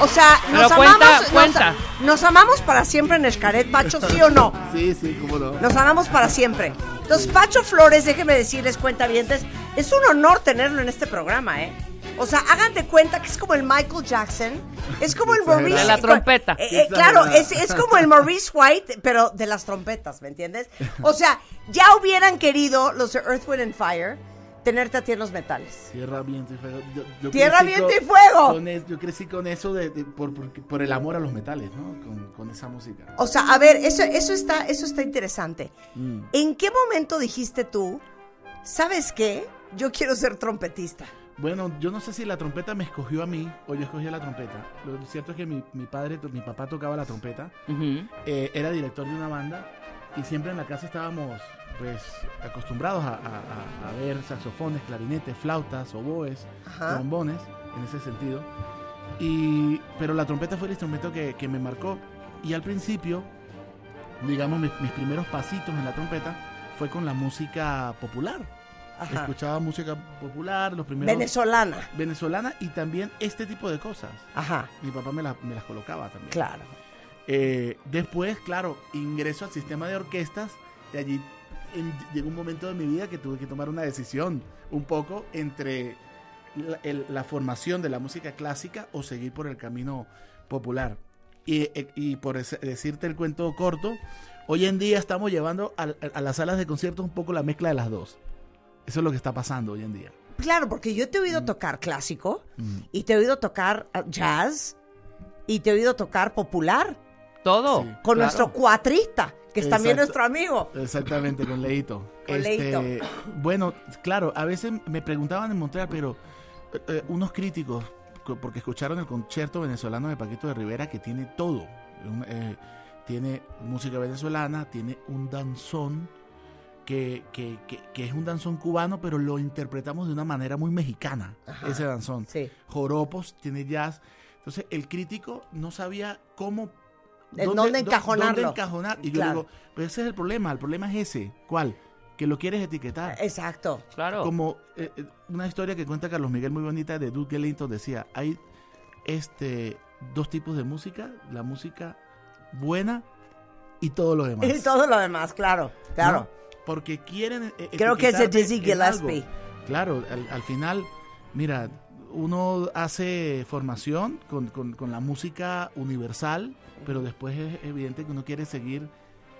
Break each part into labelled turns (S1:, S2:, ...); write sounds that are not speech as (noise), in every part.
S1: O sea, nos
S2: Pero cuenta,
S1: amamos. nos-
S2: cuenta.
S1: Nos, amamos para siempre en Escaret, Pacho, ¿sí o no?
S3: Sí, sí, cómo no.
S1: Nos amamos para siempre. Entonces, Pacho Flores, déjenme decirles, cuentavientes, es un honor tenerlo en este programa, ¿eh? O sea, hagan de cuenta que es como el Michael Jackson, es como el Maurice...
S2: De la trompeta.
S1: Eh, eh, claro, es, es como el Maurice White, pero de las trompetas, ¿me entiendes? O sea, ya hubieran querido los de Earth, Wind and Fire tenerte a ti en los metales.
S3: Tierra, viento y fuego. Yo- yo
S1: Tierra,
S3: crecí
S1: viento y fuego.
S3: con es- yo crecí con eso de, de- por, por, por el amor a los metales, ¿no? Con, con esa música.
S1: O sea, a ver, eso, eso, está, eso está interesante. ¿En qué momento dijiste tú, sabes qué? Yo quiero ser trompetista.
S3: Bueno, yo no sé si la trompeta me escogió a mí o yo escogí a la trompeta. Lo cierto es que mi, mi padre, mi papá tocaba la trompeta,
S2: Ujú.
S3: eh, era director de una banda y siempre en la casa estábamos pues acostumbrados a, a- a- a ver saxofones, clarinetes, flautas, oboes.
S1: Ajá.
S3: trombones en ese sentido. Y, pero la trompeta fue el instrumento que, que me marcó. Y al principio, digamos, mis, mis primeros pasitos en la trompeta fue con la música popular.
S1: Ajá.
S3: Escuchaba música popular, los primeros...
S1: Venezolana.
S3: venezolana y también este tipo de cosas.
S1: Ajá,
S3: Mi papá me, la- me las colocaba también.
S1: claro.
S3: Eh, después, claro, ingreso al sistema de orquestas y allí en- llegó un momento de mi vida que tuve que tomar una decisión un poco entre la, el- la formación de la música clásica o seguir por el camino popular. Y, eh, y por ese- decirte el cuento corto, Hoy en día estamos llevando a, a las salas de conciertos un poco la mezcla de las dos. Eso es lo que está pasando hoy en día.
S1: Claro, porque yo te he oído tocar clásico y te he oído tocar ah, jazz y te he oído tocar popular
S2: Todo.
S3: Sí.
S1: con
S3: Claro.
S1: nuestro cuatrista, que es también
S3: Exacto.
S1: nuestro amigo.
S3: Exactamente, con Leito.
S1: (laughs)
S3: Este,
S1: Con Leito.
S3: Bueno, claro, a veces me preguntaban en Montreal, pero eh, eh, unos críticos, co- porque escucharon el concierto venezolano de Paquito de Rivera, que tiene todo. Un, eh, tiene música venezolana, tiene un danzón, que, que- que- que es un danzón cubano, pero lo interpretamos de una manera muy mexicana, ese danzón.
S1: Sí.
S3: Joropos, tiene jazz. Entonces, el crítico no sabía cómo.
S1: En dónde encajonarlo.
S3: dónde encajonar. Y yo
S1: Claro.
S3: digo, pero ese es el problema. El problema es ese. ¿Cuál? Que lo quieres etiquetar.
S1: Eh, Exacto.
S2: Claro.
S3: Como eh, eh, una historia que cuenta Carlos Miguel muy bonita de Duke Ellington decía: hay este dos tipos de música, la música buena y todo lo demás.
S1: Y todo lo demás, claro, claro.
S3: ¿no? Porque quieren. eh,
S1: Creo que es de
S3: etiquetarme
S1: Dizzy
S3: en
S1: Gillespie.
S3: algo. Claro, al, al final, mira, uno hace formación con, con- con la música universal, pero después es evidente que uno quiere seguir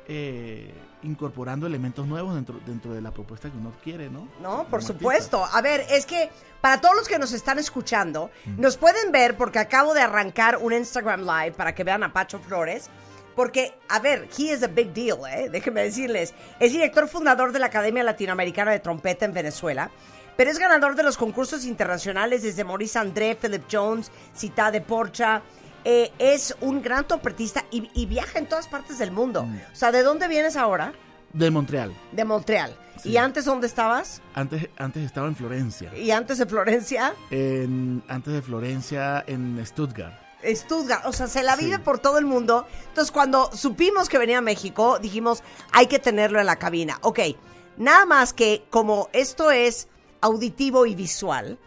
S3: eh, incorporando elementos nuevos dentro, dentro de la propuesta que uno quiere, ¿no?
S1: No,
S3: Como
S1: por
S3: artista.
S1: supuesto. A ver, es que para todos los que nos están escuchando, nos pueden ver porque acabo de arrancar un Instagram Live para que vean a Pacho Flores. Porque, a ver, he is a big deal, ¿eh? Déjenme decirles. Es director fundador de la Academia Latinoamericana de Trompeta en Venezuela, pero es ganador de los concursos internacionales desde Maurice André, Philip Jones, Cita de Porcha. Eh, es un gran trompetista y, y viaja en todas partes del mundo.
S3: Mm.
S1: O sea, ¿de dónde vienes ahora?
S3: De Montreal.
S1: De Montreal.
S3: Sí.
S1: ¿Y antes dónde estabas?
S3: Antes, antes estaba en Florencia.
S1: Y antes de Florencia,
S3: En- antes de Florencia, en Stuttgart.
S1: Stuttgart. O sea, se la vive
S3: Sí.
S1: por todo el mundo. Entonces, cuando supimos que venía a México, dijimos, hay que tenerlo en la cabina. Ok, nada más que como esto es auditivo y visual,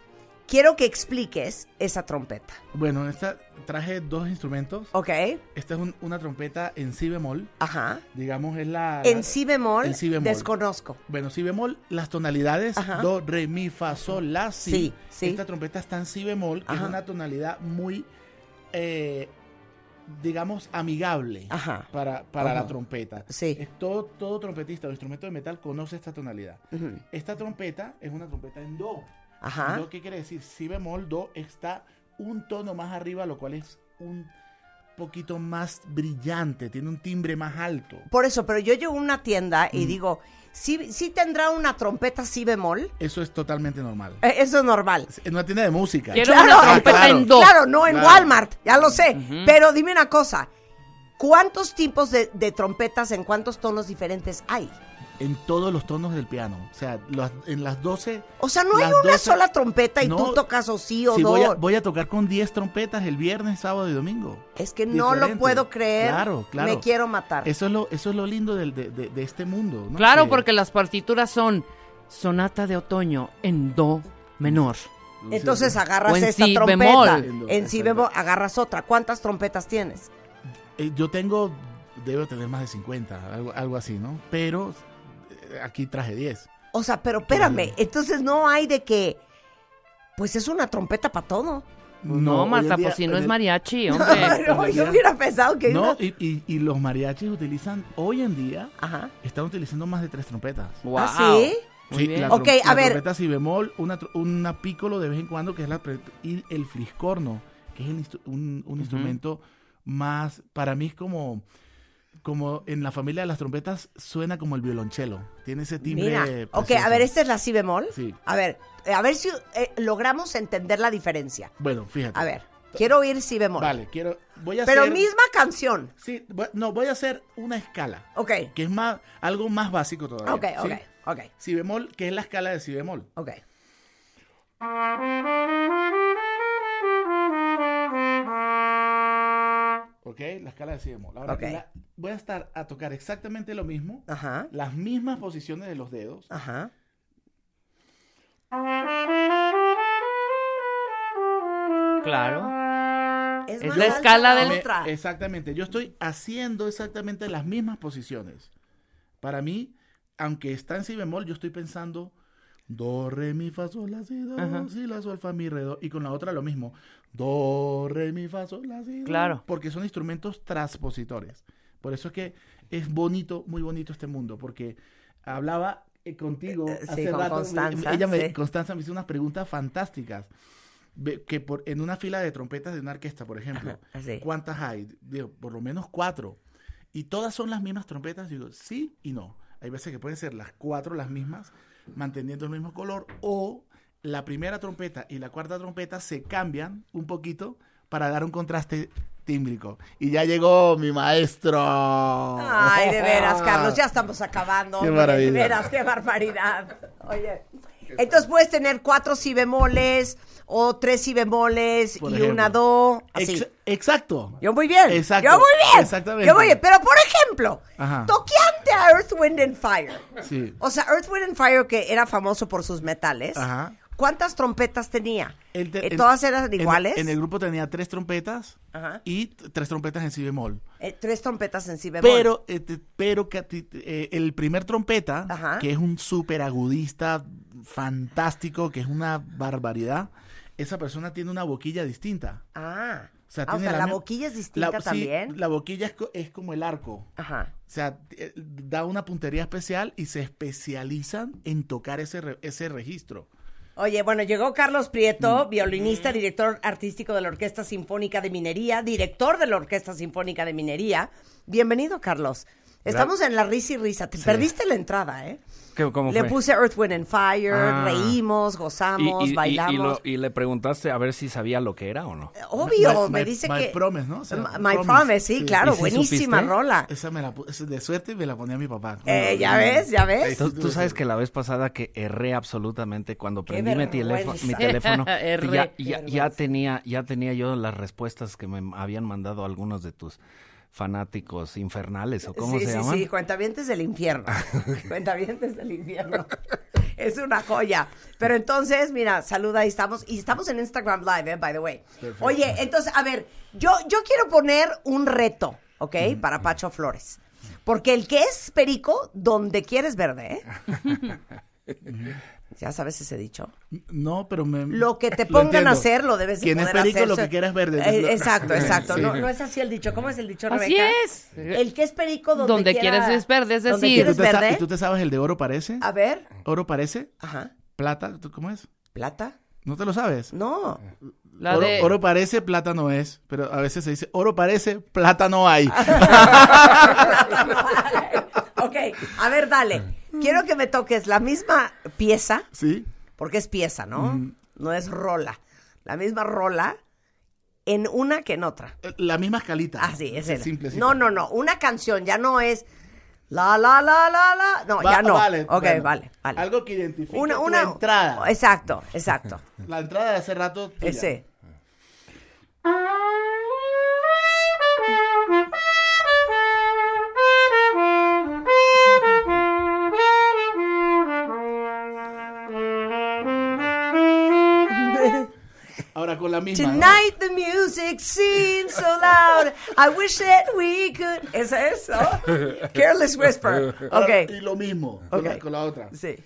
S1: quiero que expliques esa trompeta.
S3: Bueno, esta, traje dos instrumentos.
S1: Ok,
S3: Esta es un- una trompeta en si bemol.
S1: ajá.
S3: Digamos, es la. la-
S1: En si bemol,
S3: en si bemol.
S1: desconozco.
S3: Bueno, si bemol, las tonalidades
S1: Ajá.
S3: do, re, mi, fa, sol, la, si.
S1: Sí, sí.
S3: Esta trompeta está en si bemol, que
S1: Ajá.
S3: es una tonalidad muy, eh, digamos, amigable
S1: Ajá.
S3: para, para
S1: Ajá.
S3: la trompeta.
S1: Sí.
S3: Es todo, todo trompetista o instrumento de metal conoce esta tonalidad.
S1: Ujú.
S3: Esta trompeta es una trompeta en do.
S1: Ajá.
S3: Do, ¿qué quiere decir? Si bemol, do está un tono más arriba, lo cual es un poquito más brillante, tiene un timbre más alto.
S1: Por eso, pero yo llego a una tienda y digo, ¿sí, sí tendrá una trompeta si bemol?
S3: Eso es totalmente normal.
S1: Eh, eso es normal.
S3: En una tienda de música.
S2: Quiero
S1: Claro,
S2: una
S1: ah,
S2: trompeta
S3: claro.
S2: en do.
S1: Claro, no en
S3: Claro.
S1: Walmart, ya lo sé.
S2: Ujú.
S1: Pero dime una cosa. ¿Cuántos tipos de, de trompetas en cuántos tonos diferentes hay?
S3: En todos los tonos del piano. O sea, las- en las 12.
S1: O sea, no hay
S3: las
S1: una
S3: 12
S1: sola trompeta y
S3: No,
S1: tú tocas o sí o
S3: si
S1: do.
S3: voy, a, voy a tocar con 10 trompetas el viernes, sábado y domingo.
S1: Es que no lo
S3: Diferente.
S1: puedo creer.
S3: Claro, claro.
S1: Me quiero matar.
S3: Eso es lo, eso es lo lindo del- de, de- de este mundo. ¿no?
S2: Claro,
S3: Que-
S2: porque las partituras son sonata de otoño en do menor.
S1: Entonces
S2: O
S1: agarras
S2: en
S1: esta
S2: si
S1: trompeta.
S3: bemol.
S1: En si
S3: Exacto.
S1: bemol agarras otra. ¿Cuántas trompetas tienes?
S3: Eh, yo tengo. Debo tener más de 50, algo, algo así, ¿no? Pero eh, aquí traje 10.
S1: O sea, pero espérame. Entonces no hay de que. Pues es una trompeta para todo.
S2: No,
S3: hoy
S2: Marta,
S3: en día-
S2: pues si no
S3: hoy
S2: es
S1: (laughs)
S3: en-
S2: mariachi, hombre.
S1: No, yo hubiera pensado que.
S3: No,
S1: una-
S3: y, y- y los mariachis utilizan. Hoy en día
S1: Ajá.
S3: están utilizando más de tres trompetas.
S2: Wow.
S1: ¿Ah, sí?
S2: Muy bien.
S3: la,
S1: Ok,
S3: trom-
S1: a
S3: la
S1: ver.
S3: trompeta si bemol, una, tr- una pícolo de vez en cuando, que es la pre- y el fliscorno, que es el instru- un, un instrumento más, para mí es como, como en la familia de las trompetas suena como el violonchelo, tiene ese timbre.
S1: Mira, ok,
S3: precioso.
S1: a ver, esta es la si bemol.
S3: Sí.
S1: A ver, eh, a ver si eh, logramos entender la diferencia.
S3: Bueno, fíjate.
S1: A ver, quiero oír si bemol.
S3: Vale, quiero, voy a
S1: Pero
S3: hacer,
S1: misma canción.
S3: sí, voy- no, voy a hacer una escala,
S1: Ok,
S3: que es más, algo más básico todavía.
S1: ok,
S3: ¿sí?
S1: ok, ok,
S3: Si bemol, que es la escala de si bemol.
S1: ok.
S3: ¿Ok? La escala de si bemol. Ahora,
S1: Ok.
S3: la- voy a estar a tocar exactamente lo mismo,
S1: Ajá,
S3: las mismas posiciones de los dedos,
S1: ajá.
S2: Claro.
S1: Es
S2: Es
S1: más
S2: la
S1: alta
S2: escala
S1: la
S2: del-
S1: otra.
S3: Exactamente, yo estoy haciendo exactamente las mismas posiciones. Para mí, aunque está en si bemol, yo estoy pensando do, re, mi, fa, sol, la, si, do,
S2: Ajá.
S3: si, la, sol, fa, mi, re, do. Y con la otra lo mismo, do, re, mi, fa, sol, la, si, do.
S2: Claro.
S3: Porque son instrumentos transpositores. Por eso es que es bonito, muy bonito este mundo, porque hablaba eh, contigo
S1: Eh, eh, sí,
S3: hace
S1: con
S3: rato,
S1: Constanza,
S3: ella me,
S1: sí.
S3: Constanza me hizo unas preguntas fantásticas. Ve- Que por, en una fila de trompetas de una orquesta, por ejemplo,
S1: Ajá, sí.
S3: ¿cuántas hay? Digo, por lo menos cuatro. Y todas son las mismas trompetas. Digo, sí y no. Hay veces que pueden ser las cuatro las mismas, manteniendo el mismo color, o la primera trompeta y la cuarta trompeta se cambian un poquito para dar un contraste tímbrico. Y ya llegó mi maestro.
S1: Ay, de veras, Carlos, ya estamos acabando.
S3: Ah. Qué
S1: hombre,
S3: maravilla.
S1: De veras, qué barbaridad. Oye, entonces puedes tener cuatro si bemoles o tres si bemoles
S3: (laughs) Por
S1: y
S3: ejemplo.
S1: una do, así.
S3: Ex- exacto.
S1: Yo muy bien.
S3: Exacto,
S1: Yo muy bien.
S3: exactamente.
S1: Yo muy bien. Pero por ejemplo,
S3: Ajá.
S1: toqueante a Earth, Wind and Fire.
S3: Sí.
S1: O sea, Earth, Wind and Fire, que era famoso por sus metales.
S3: Ajá.
S1: ¿Cuántas trompetas tenía?
S3: El te-
S1: Eh,
S3: el-
S1: ¿Todas eran
S3: en-
S1: iguales?
S3: En, el grupo tenía tres trompetas
S1: Ajá.
S3: y t- tres trompetas en si bemol.
S1: Eh, tres trompetas en si bemol.
S3: Pero, eh, te- pero que a ti- eh, el primer trompeta,
S1: Ajá.
S3: que es un súper agudista fantástico, que es una barbaridad, esa persona tiene una boquilla distinta.
S1: Ah,
S3: O sea,
S1: Ah, o
S3: tiene
S1: sea, la,
S3: mi-
S1: boquilla es distinta
S3: la- sí,
S1: también.
S3: la boquilla es, co- es como el arco.
S1: Ajá.
S3: O sea, eh, da una puntería especial y se especializan en tocar ese, re- ese registro.
S1: Oye, bueno, llegó Carlos Prieto, violinista, director artístico de la Orquesta Sinfónica de Minería, director de la Orquesta Sinfónica de Minería. Bienvenido, Carlos. Estamos en la risa y risa. Te perdiste la entrada, ¿eh?
S4: ¿Qué- cómo
S1: Le
S4: fue?
S1: puse Earth, Wind and Fire,
S4: Ah.
S1: reímos, gozamos, bailamos.
S4: y lo- y le preguntaste a ver si sabía lo que era o no.
S1: Obvio,
S3: My-
S1: me
S3: my-
S1: dice
S3: my
S1: que...
S3: promise, ¿no? O sea,
S1: my
S3: promise,
S1: Promise, sí,
S3: sí.
S1: claro,
S4: ¿Y sí
S1: buenísima
S4: supiste?
S1: rola.
S3: Esa me la pu- esa de suerte me la ponía mi papá.
S1: Eh, ya ves, ya ves.
S4: Tú, tú sabes que la vez pasada que erré absolutamente cuando
S1: Qué
S4: prendí mi, teléfono,
S1: vergüenza.
S4: mi (laughs) teléfono,
S2: Erré.
S4: ya,
S2: Qué
S4: ya- ya tenía, ya tenía yo las respuestas que me habían mandado algunos de tus fanáticos infernales o cómo
S1: sí,
S4: se
S1: sí,
S4: llaman.
S1: sí, cuentavientes del infierno.
S4: (laughs)
S1: cuentavientes del infierno. Es una joya. Pero entonces, mira, saluda, ahí estamos. Y estamos en Instagram Live, eh, by the way. Oye, entonces, a ver, yo, yo quiero poner un reto, ¿ok? Para Pacho Flores. Porque el que es perico, donde quieres verde,
S4: (laughs)
S1: ¿eh? ya sabes ese dicho.
S3: No, pero me...
S1: Lo que te
S3: (laughs) lo
S1: pongan
S3: entiendo.
S1: a hacer, lo debes de
S3: Quien
S1: poder
S3: es perico,
S1: hacer.
S3: lo que quieras ver.
S1: Eh, exacto, exacto.
S3: Sí.
S1: No, no es así el dicho. ¿Cómo es el dicho,
S2: Así
S1: Rebeca?
S2: es.
S1: El que es perico donde,
S2: Donde
S1: quiera-
S2: quieres es verde, es
S1: donde
S2: decir-
S3: ¿Y tú,
S1: quieres
S3: te sa-
S1: verde. Ah.
S3: y tú te sabes el de oro parece?
S1: A ver.
S3: ¿Oro parece?
S1: Ajá.
S3: ¿Plata? ¿Tú ¿Cómo es?
S1: ¿Plata?
S3: ¿No te lo sabes?
S1: No. (laughs)
S2: La
S3: oro,
S2: de-
S3: oro parece, plata no es. Pero a veces se dice, oro parece, plata no hay.
S1: Ah. ok, a ver, dale. Quiero que me toques la misma pieza,
S3: (laughs) ¿Sí?
S1: porque es pieza, ¿no?
S3: Mm.
S1: No es rola. La misma rola en una que en otra.
S3: La misma escalita.
S1: Ah, sí, es
S3: Sí,
S1: esa.
S3: simplecita.
S1: No, no, no. Una canción ya no es la, la, la, la, la. No,
S3: Va-
S1: ya no.
S3: Vale,
S1: ok,
S3: bueno.
S1: vale, vale.
S3: Algo que identifica
S1: una,
S3: tu
S1: una
S3: entrada.
S1: Exacto,
S3: (laughs)
S1: exacto.
S3: La entrada de hace rato. tuya.
S1: Ese.
S3: (laughs)
S1: (laughs)
S3: Ahora con la misma. ¿no?
S1: Tonight the music seems so loud. I wish that we could. ¿Es eso? Careless Whisper.
S3: Ahora-
S1: Ok.
S3: Y lo mismo. Con, la,
S1: Ok.
S3: con la otra.
S1: Sí.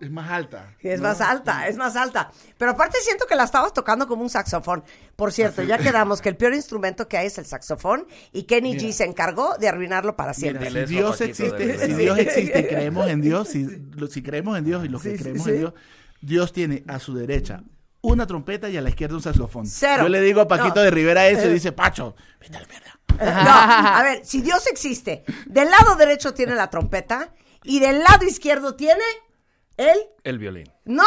S3: Es más alta.
S1: Es más alta, es más alta. Pero aparte siento que la estabas tocando como un saxofón. Por cierto, ya quedamos que el peor instrumento que hay es el saxofón y Kenny G se encargó de arruinarlo para siempre.
S4: Dile
S3: Si
S4: eso,
S3: Dios
S4: Paquito,
S3: existe,
S4: dile
S3: si
S4: eso.
S3: Dios existe y creemos en Dios, si, lo- si creemos en Dios y los que creemos en Dios, Dios tiene a su derecha una trompeta y a la izquierda un saxofón.
S1: Cero.
S3: Yo le digo a Paquito
S1: No. Eh.
S3: de Rivera eso y dice, Pacho, vete a la mierda.
S1: No, a ver, si Dios existe, del lado derecho tiene la trompeta y del lado izquierdo tiene el...
S4: El violín.
S1: ¡No!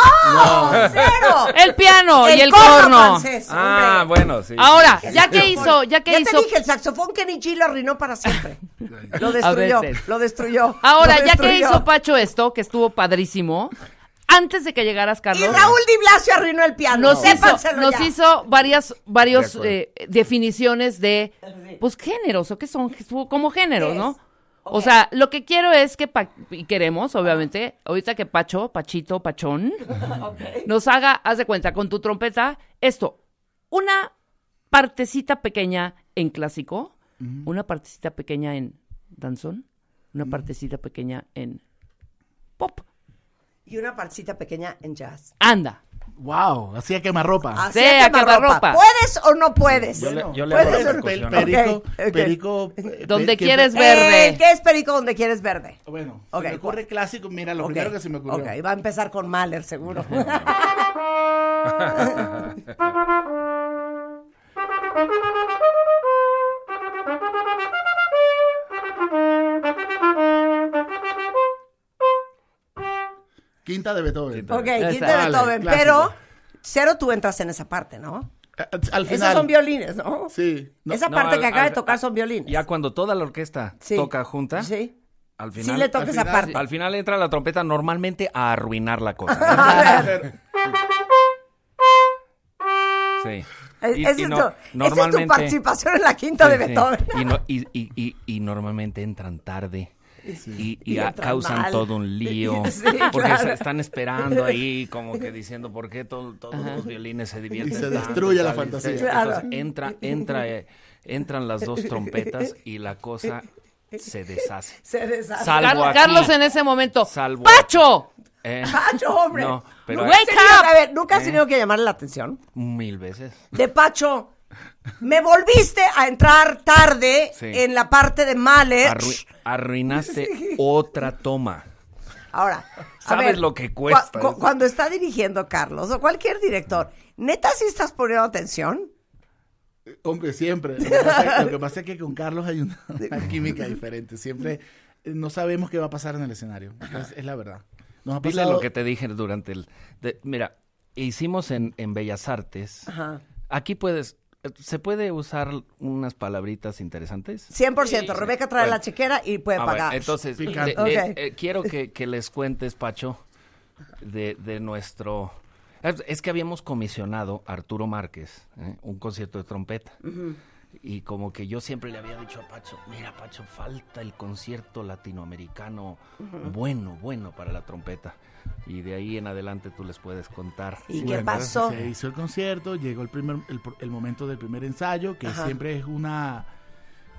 S1: ¡Cero!
S2: El piano y el
S1: corno
S2: corno.
S1: francés, hombre.
S4: Ah,
S1: Ah,
S4: bueno, sí.
S2: Ahora,
S4: sí, sí.
S2: ya que hizo, ya que
S1: ya
S2: hizo.
S1: te dije, el saxofón Kenny G lo arruinó para siempre. Lo destruyó,
S2: veces.
S1: lo destruyó.
S2: Ahora,
S1: lo
S2: ya que
S1: destruyó.
S2: hizo Pacho esto, que estuvo padrísimo, antes de que llegaras,
S1: Y
S2: Carlos.
S1: Raúl Di Blasio arruinó el piano.
S2: nos hizo,
S1: Sépanselo
S2: nos
S1: ya.
S2: hizo varias varios
S4: De acuerdo.
S2: eh, definiciones de pues géneros o qué son qué su- como géneros
S1: ¿Qué
S2: no
S1: es?
S2: o
S1: Ok.
S2: sea lo que quiero es que Pa- y queremos obviamente ahorita que Pacho Pachito
S1: (laughs)
S2: Pachón nos haga haz de cuenta con tu trompeta esto una partecita pequeña en clásico una partecita pequeña en danzón una partecita pequeña en pop
S1: y una partecita pequeña en jazz.
S2: Anda.
S3: Wow, así a quemarropa.
S1: Así
S2: Sí,
S1: a
S2: a
S1: quemarropa.
S2: quemarropa.
S1: ¿Puedes o no puedes?
S4: Yo le- yo le
S1: Ah, puede
S4: hago la
S1: ser pel-
S4: percusión.
S1: pel-
S3: Perico,
S1: Ok, ok.
S3: perico. eh,
S2: Donde
S3: pe- que-
S2: quieres. Es
S1: Eh,
S2: verde.
S1: ¿Qué es perico donde quieres verde?
S3: Bueno,
S1: Ok,
S3: se me ocurre clásico. Mira, lo
S1: Ok,
S3: primero que se me ocurrió.
S1: Ok, va a empezar con Mahler,
S3: (laughs)
S1: seguro.
S3: Quinta de Beethoven.
S4: Quinta.
S1: ok,
S2: Esa.
S1: quinta de
S3: Vale,
S1: Beethoven,
S3: clásico.
S1: pero cero tú entras en esa parte, ¿no?
S3: A- a- Al final.
S1: Esos son violines, ¿no?
S3: Sí. no,
S1: esa
S4: No,
S1: parte que
S4: al-
S1: acaba
S4: al-
S1: de tocar son violines.
S4: Ya cuando toda la orquesta
S1: Sí.
S4: toca junta,
S1: Sí.
S4: al
S1: Sí
S4: final.
S1: le toca
S3: al
S1: esa
S3: final,
S1: parte. (laughs)
S4: Al final entra la trompeta normalmente a arruinar la cosa. ¿no? Sí.
S1: Es-
S4: Y-
S1: esa
S4: y
S1: es
S4: no-
S1: tu- Esa es tu
S4: normalmente-
S1: participación en la quinta de
S4: Sí, sí.
S1: Beethoven.
S4: Y, no- y- y- y- y normalmente entran tarde. Y, y
S1: Y
S4: a-
S1: entran
S4: causan
S1: mal.
S4: todo un lío.
S1: (laughs) Sí,
S4: porque
S1: claro.
S4: se están esperando ahí, como
S1: (laughs)
S4: que diciendo por qué todo- todos los violines se divierten.
S3: Y se
S4: tanto,
S3: destruye la
S4: tal, y
S3: fantasía.
S4: se-
S1: Claro.
S4: entonces entra, entra, eh, entran las dos trompetas y la cosa se deshace.
S1: (laughs) (laughs) Se deshace.
S4: Salvo
S2: Car-
S4: aquí.
S2: Carlos en ese momento.
S4: Salvo
S2: ¡Pacho!
S4: Eh,
S1: Pacho, hombre.
S4: No, pero
S1: ¿Nunca has
S2: Wake
S1: tenido-
S2: up.
S1: A ver, nunca has tenido que llamarle la atención.
S4: mil veces.
S1: De Pacho, me volviste a entrar tarde
S4: Sí.
S1: en la parte de Mahler.
S4: Arrui-
S1: (laughs)
S4: arruinaste otra toma.
S1: Ahora, a
S4: Sabes
S1: ver,
S4: lo que cuesta.
S1: cua- cu- cuando está dirigiendo Carlos o cualquier director, ¿neta si estás poniendo atención?
S3: Hombre, siempre. Lo que, pasa, lo que pasa es que con Carlos hay una, una química diferente. Siempre eh, no sabemos qué va a pasar en el escenario. Es, es la verdad. Nos ha
S4: Dile
S3: pasado-
S4: lo que te dije durante el... de- mira, hicimos en, en Bellas Artes.
S1: Ajá.
S4: Aquí puedes... eh, ¿Se puede usar unas palabritas interesantes?
S1: 100%. Rebeca trae
S4: Bueno.
S1: la chequera y puede
S4: Ah, bueno,
S1: pagar.
S4: entonces,
S3: Picante.
S4: de- de-
S1: Ok.
S4: eh, quiero que, que les cuentes, Pacho, de, de nuestro... Es es que habíamos comisionado a Arturo Márquez ¿eh? un concierto de trompeta. Y como que yo siempre le había dicho a Pacho, mira Pacho, falta el concierto latinoamericano bueno, bueno para la trompeta. Y de ahí en adelante tú les puedes contar.
S1: ¿Y qué
S3: Bueno,
S1: pasó?
S3: Se hizo el concierto, llegó el primer el, pr- el momento del primer ensayo, que
S1: Ajá.
S3: siempre es una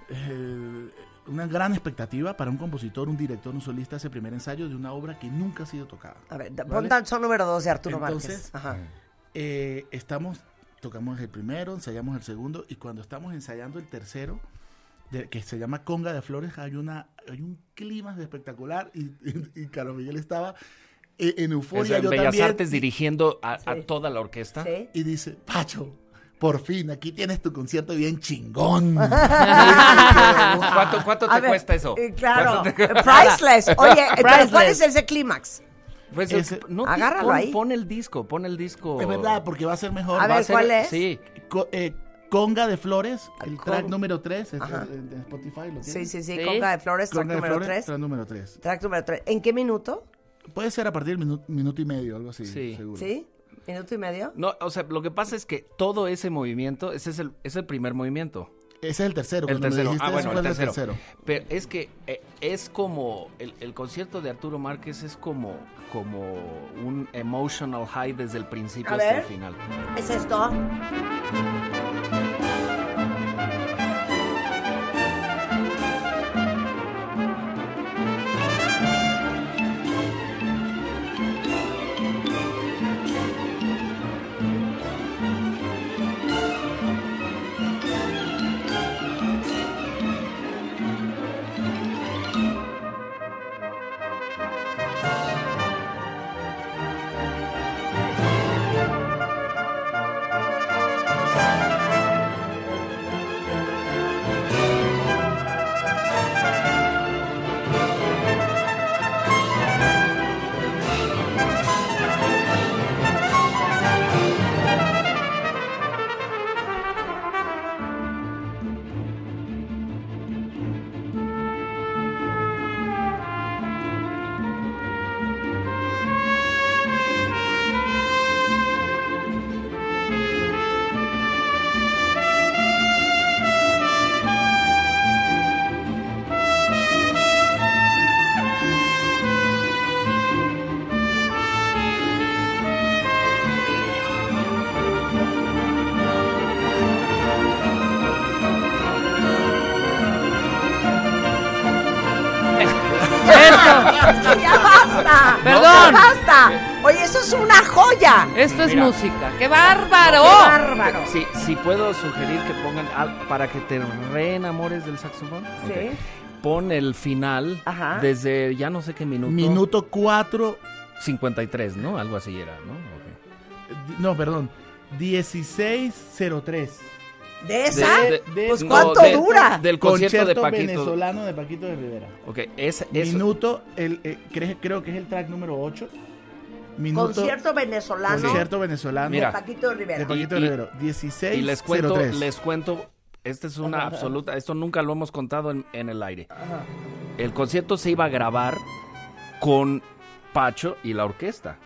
S3: eh, una gran expectativa para un compositor, un director, un solista ese primer ensayo de una obra que nunca ha sido tocada.
S1: a ver,
S3: ¿vale?
S1: pon tan son número 2 de Arturo
S3: Entonces,
S1: Márquez. Ajá.
S3: Eh, estamos tocamos el primero, ensayamos el segundo y cuando estamos ensayando el tercero de- que se llama Conga de Flores, hay una hay un clima espectacular y, y- y Carlos Miguel estaba eh, en
S4: O
S3: euforia
S4: sea, en
S3: yo
S4: Bellas
S3: también,
S4: Artes
S3: y-
S4: dirigiendo a, a
S1: Sí.
S4: toda la orquesta.
S1: Sí.
S3: y dice, Pacho, por fin, aquí tienes tu concierto bien
S1: (laughs)
S3: chingón.
S4: ¿Cuánto, cuánto
S1: A
S4: te
S1: ver,
S4: cuesta eso?
S1: eh, claro.
S4: ¿Cuánto te-
S1: Priceless. Oye, eh, entonces, ¿cuál
S2: Priceless.
S1: es ese clímax?
S4: Pues,
S3: Ese-
S4: no,
S1: Agárralo
S4: pon,
S1: ahí.
S4: pon el disco, pon el disco.
S3: es verdad, porque va a ser mejor.
S1: A
S3: Va
S1: ver,
S3: ser-
S1: ¿cuál es?
S4: Sí.
S3: Co- eh, Conga de Flores, el
S1: Con-
S3: track número 3,
S1: Ajá.
S3: en en Spotify lo
S1: Sí,
S3: tienes.
S1: sí, sí.
S2: Sí.
S1: Conga de Flores, track
S3: Conga de
S1: número
S3: Flores,
S1: 3.
S3: track número 3.
S1: Track número 3. ¿En qué minuto?
S3: Puede ser a partir del minu- minuto y medio, algo así,
S4: Sí.
S3: seguro.
S1: ¿Sí? ¿Minuto y medio?
S4: No, o sea, lo que pasa es que todo ese movimiento, ese es el, es el primer movimiento.
S3: Ese es el tercero.
S4: El
S3: cuando me
S4: tercero.
S3: dijiste
S4: Ah,
S3: eso
S4: bueno, el
S3: fue
S4: tercero. Pero es que eh, es como, el, el concierto de Arturo Márquez es como, como un emotional high desde el principio
S1: A
S4: hasta
S1: ver.
S4: el final.
S1: ¿Es esto?
S2: Esto.
S1: ¡Ya basta.
S2: Perdón.
S1: No, basta. Oye, eso es una joya.
S2: Esto es
S4: Mira.
S2: música. ¡Qué bárbaro!
S1: ¡Qué bárbaro!
S4: Si, si puedo sugerir que pongan al- para que te reenamores del saxofón.
S1: Sí.
S4: Ok. Pon el final
S1: Ajá.
S4: desde ya no sé qué minuto.
S3: Minuto 4,
S4: 53, ¿no? Algo así era, ¿no? Ok.
S3: no, perdón, 1603.
S1: ¿De esa?
S4: De- este de-
S1: pues
S4: no,
S1: ¿cuánto
S4: de-
S1: dura?
S4: Del concierto, de Paquito.
S3: venezolano de Paquito de Rivera.
S4: Ok, es, es-
S3: Minuto, el, eh, cre- creo que es el track número 8. Minuto,
S1: Concierto venezolano
S3: concierto venezolano
S1: de
S4: Mira.
S1: Paquito
S3: de
S1: Rivera.
S3: Paquito
S4: Y- y-
S3: Rivera. 1603.
S4: Y les cuento, les cuento, esta es una absoluta, esto nunca lo hemos contado en, en el aire. El concierto se iba a grabar con Pacho y la orquesta.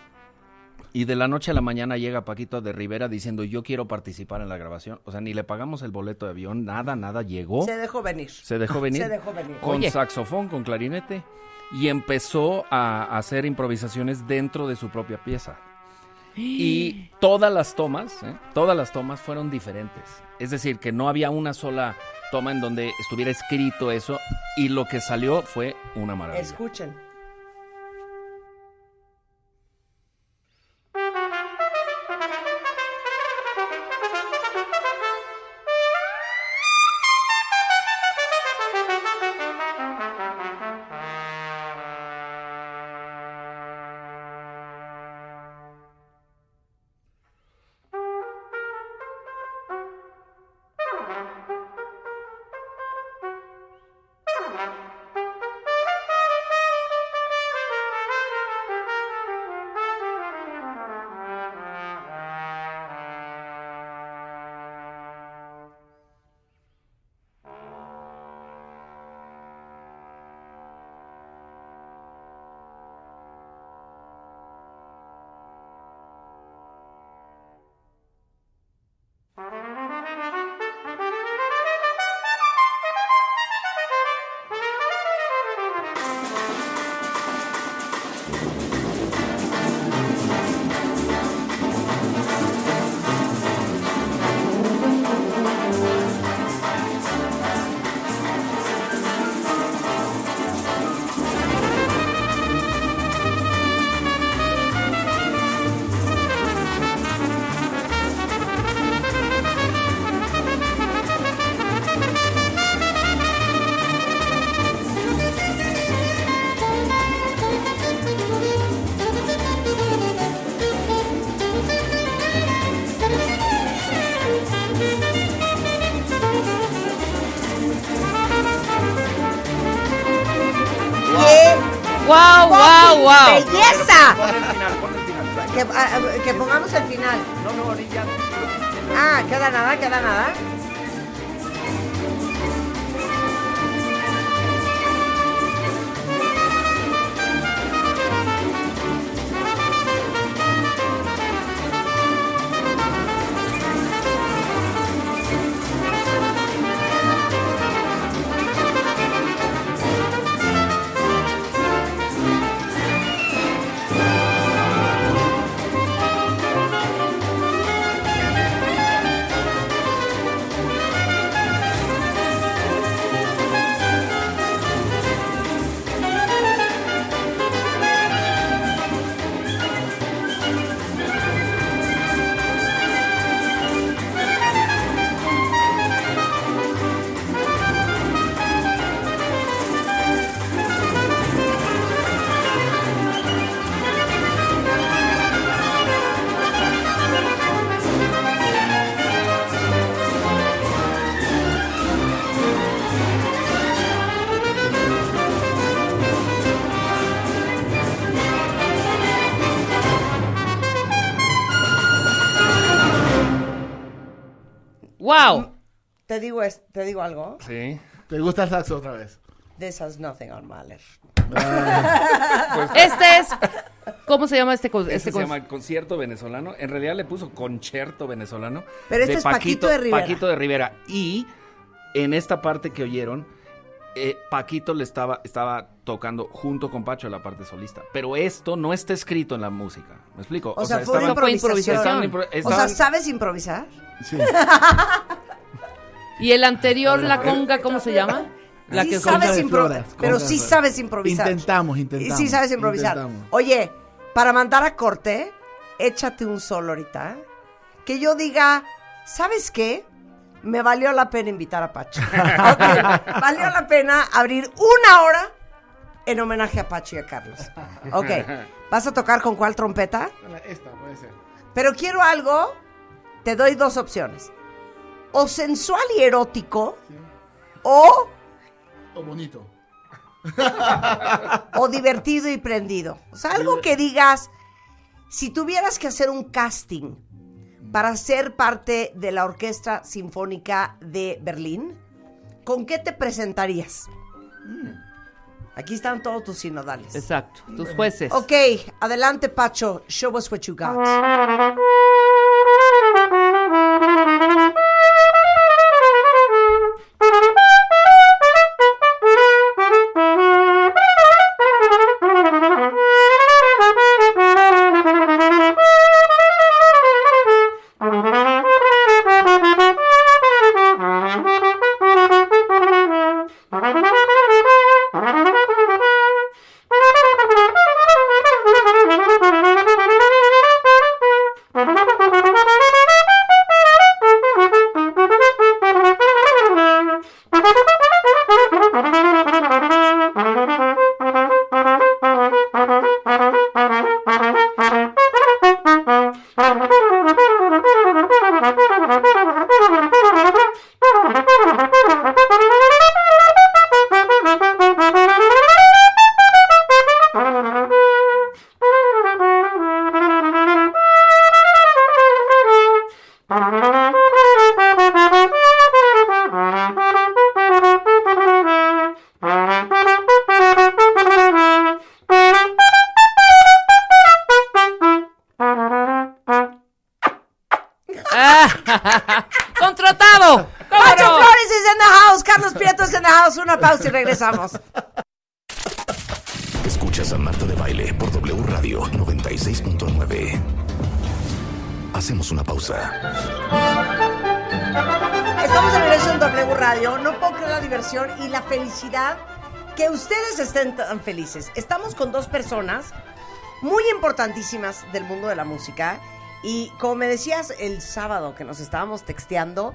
S4: Y de la noche a la mañana llega Paquito de Rivera diciendo yo quiero participar en la grabación. O sea, ni le pagamos el boleto de avión, nada, nada, llegó.
S1: Se dejó venir.
S4: Se dejó venir.
S1: Se dejó venir.
S4: Con
S2: Oye.
S4: saxofón, con clarinete. Y empezó a hacer improvisaciones dentro de su propia pieza. Y todas las tomas, ¿eh? todas las tomas fueron diferentes. Es decir, que no había una sola toma en donde estuviera escrito eso. Y lo que salió fue una maravilla.
S1: Escuchen. ¡Qué
S2: ¡Wow, wow,
S1: fucking
S2: wow!
S1: ¡Belleza!
S4: Pon el final, pon el final.
S1: Que, ah, ah, que pongamos el final.
S4: No, no, ahorita.
S1: Ah, queda nada, queda nada.
S2: ¡Wow!
S1: Te digo, es- te digo algo.
S4: Sí.
S3: ¿Te gusta el saxo otra vez?
S1: This has nothing on Mahler.
S4: pues
S2: Este es. ¿Cómo se llama este, con-
S4: Este
S2: este
S4: se
S2: con-
S4: llama concierto venezolano. En realidad le puso concierto venezolano.
S1: Pero este es Paquito de Rivera.
S4: Paquito de Rivera. Y en esta parte que oyeron, eh, Paquito le estaba, estaba tocando junto con Pacho la parte solista. Pero esto no está escrito en la música. ¿Me explico?
S1: O, sea, fue una
S4: estaban-
S2: fue
S1: improvisación.
S4: estaban impro-
S1: O sea,
S4: estaban-
S1: ¿sabes improvisar?
S3: Sí.
S2: Y el anterior, la conga, ¿cómo se llama?
S5: La
S1: sí
S5: que
S3: contra
S1: sabes
S3: de
S1: improvisar,
S3: Flora,
S1: pero
S3: contra
S1: sí
S3: de Flora.
S1: sabes improvisar.
S3: Intentamos,
S1: Y
S3: intentamos.
S1: sí sabes improvisar.
S3: intentamos.
S1: Oye, para mandar a corte, échate un solo ahorita. ¿eh? Que yo diga, ¿sabes qué? Me valió la pena invitar a Pachi.
S3: (laughs)
S1: Ok, Valió la pena abrir una hora en homenaje a Pachi y a Carlos. Ok. ¿Vas a tocar con cuál trompeta?
S3: Esta puede ser.
S1: Pero quiero algo, te doy dos opciones. O sensual y erótico, o,
S3: O bonito.
S1: o divertido y prendido. O sea, algo que digas, si tuvieras que hacer un casting para ser parte de la Orquesta Sinfónica de Berlín, ¿con qué te presentarías? Aquí están todos tus sinodales.
S5: Exacto. Tus
S2: (laughs)
S5: jueces.
S1: Ok, adelante Pacho, show us what you got.
S5: Ah, ¡Contratado! ¡Cómo
S1: Pacho
S5: no!
S1: Flores is in the house, Carlos Prieto is in the house. Una pausa y regresamos.
S6: Escuchas a Marta de Baile por W Radio 96.9. Hacemos una pausa.
S1: Estamos en regreso en W Radio. No puedo creer la diversión y la felicidad que ustedes estén tan felices. Estamos con dos personas muy importantísimas del mundo de la música. Y como me decías el sábado que nos estábamos texteando,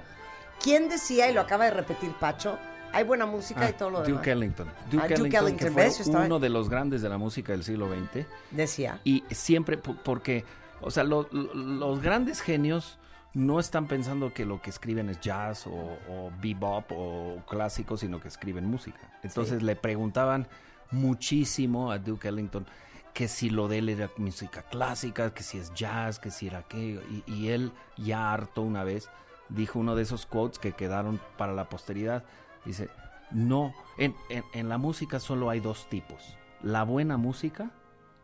S1: ¿quién decía, y lo acaba de repetir Pacho, hay buena música
S4: Ah,
S1: y todo lo
S4: Duke
S1: demás?
S4: Ellington. Duke
S1: Ah, Duke
S4: Ellington, que
S1: Ellington,
S4: fue
S1: ¿ves? Yo estaba-
S4: uno de los grandes de la música del siglo XX.
S1: Decía.
S4: Y siempre, po- porque, o sea, lo- lo- los grandes genios no están pensando que lo que escriben es jazz o, o bebop o clásico, sino que escriben música. Entonces le preguntaban muchísimo a Duke Ellington que si lo de él era música clásica, que si es jazz, que si era qué. Y, y él, ya harto una vez, dijo uno de esos quotes que quedaron para la posteridad. Dice, no, en- en- en la música solo hay dos tipos, la buena música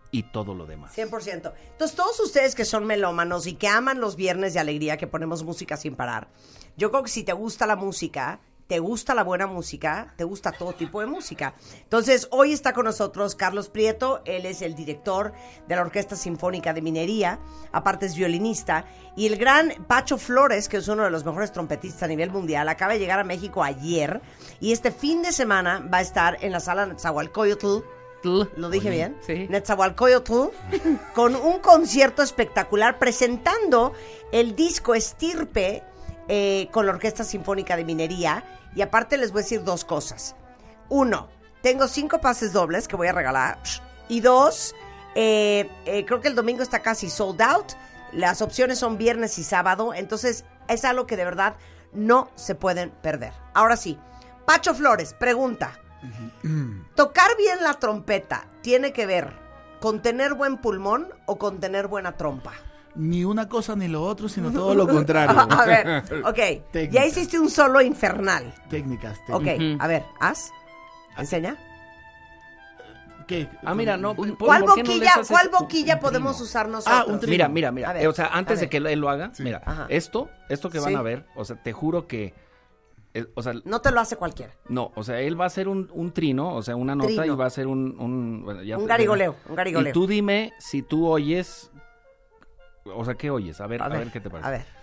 S4: y todo lo demás.
S1: 100%. Entonces, todos ustedes que son melómanos y que aman los viernes de alegría que ponemos música sin parar, yo creo que si te gusta la música, te gusta la buena música, te gusta todo tipo de música. Entonces, hoy está con nosotros Carlos Prieto, él es el director de la Orquesta Sinfónica de Minería, aparte es violinista, y el gran Pacho Flores, que es uno de los mejores trompetistas a nivel mundial, acaba de llegar a México ayer y este fin de semana va a estar en la sala Nezahualcóyotl ¿Lo dije bien?
S5: Sí.
S1: Netzahualcoyotl, con un concierto espectacular presentando el disco Estirpe eh, con la Orquesta Sinfónica de Minería. Y aparte les voy a decir dos cosas. Uno, tengo cinco pases dobles que voy a regalar. Y dos, eh, eh, creo que el domingo está casi sold out. Las opciones son viernes y sábado. Entonces es algo que de verdad no se pueden perder. Ahora sí, Pacho Flores, pregunta. ¿Tocar bien la trompeta tiene que ver con tener buen pulmón o con tener buena trompa?
S3: Ni una cosa ni lo otro, sino todo lo contrario.
S1: (laughs) A ver,
S3: (laughs)
S1: ok.
S3: Técnica.
S1: Ya hiciste un solo infernal.
S3: Técnicas, técnicas.
S1: Ok, a ver, haz. Enseña.
S3: ¿Qué?
S4: Ah, mira, no. ¿por-
S1: ¿Cuál
S4: por qué no les
S1: boquilla,
S4: haces
S1: cuál
S4: un
S1: boquilla
S4: trino?
S1: podemos usar nosotros?
S3: Ah, un tri-
S4: Mira, mira, mira.
S1: A ver,
S4: eh, o sea,
S1: a
S4: antes de
S1: ver.
S4: que él lo haga, mira,
S1: Ajá.
S4: esto, esto que van
S1: Sí.
S4: a ver, o sea, te juro que, eh, o sea,
S1: No te lo hace cualquiera.
S4: no, o sea, él va a hacer un, un trino, o sea, una nota
S1: Trino.
S4: y va a hacer un, un, bueno, ya
S1: Un
S4: te-
S1: garigoleo, un garigoleo.
S4: Y tú dime si tú oyes, o sea, ¿qué oyes? A ver, a, ver, qué te parece.
S1: A ver.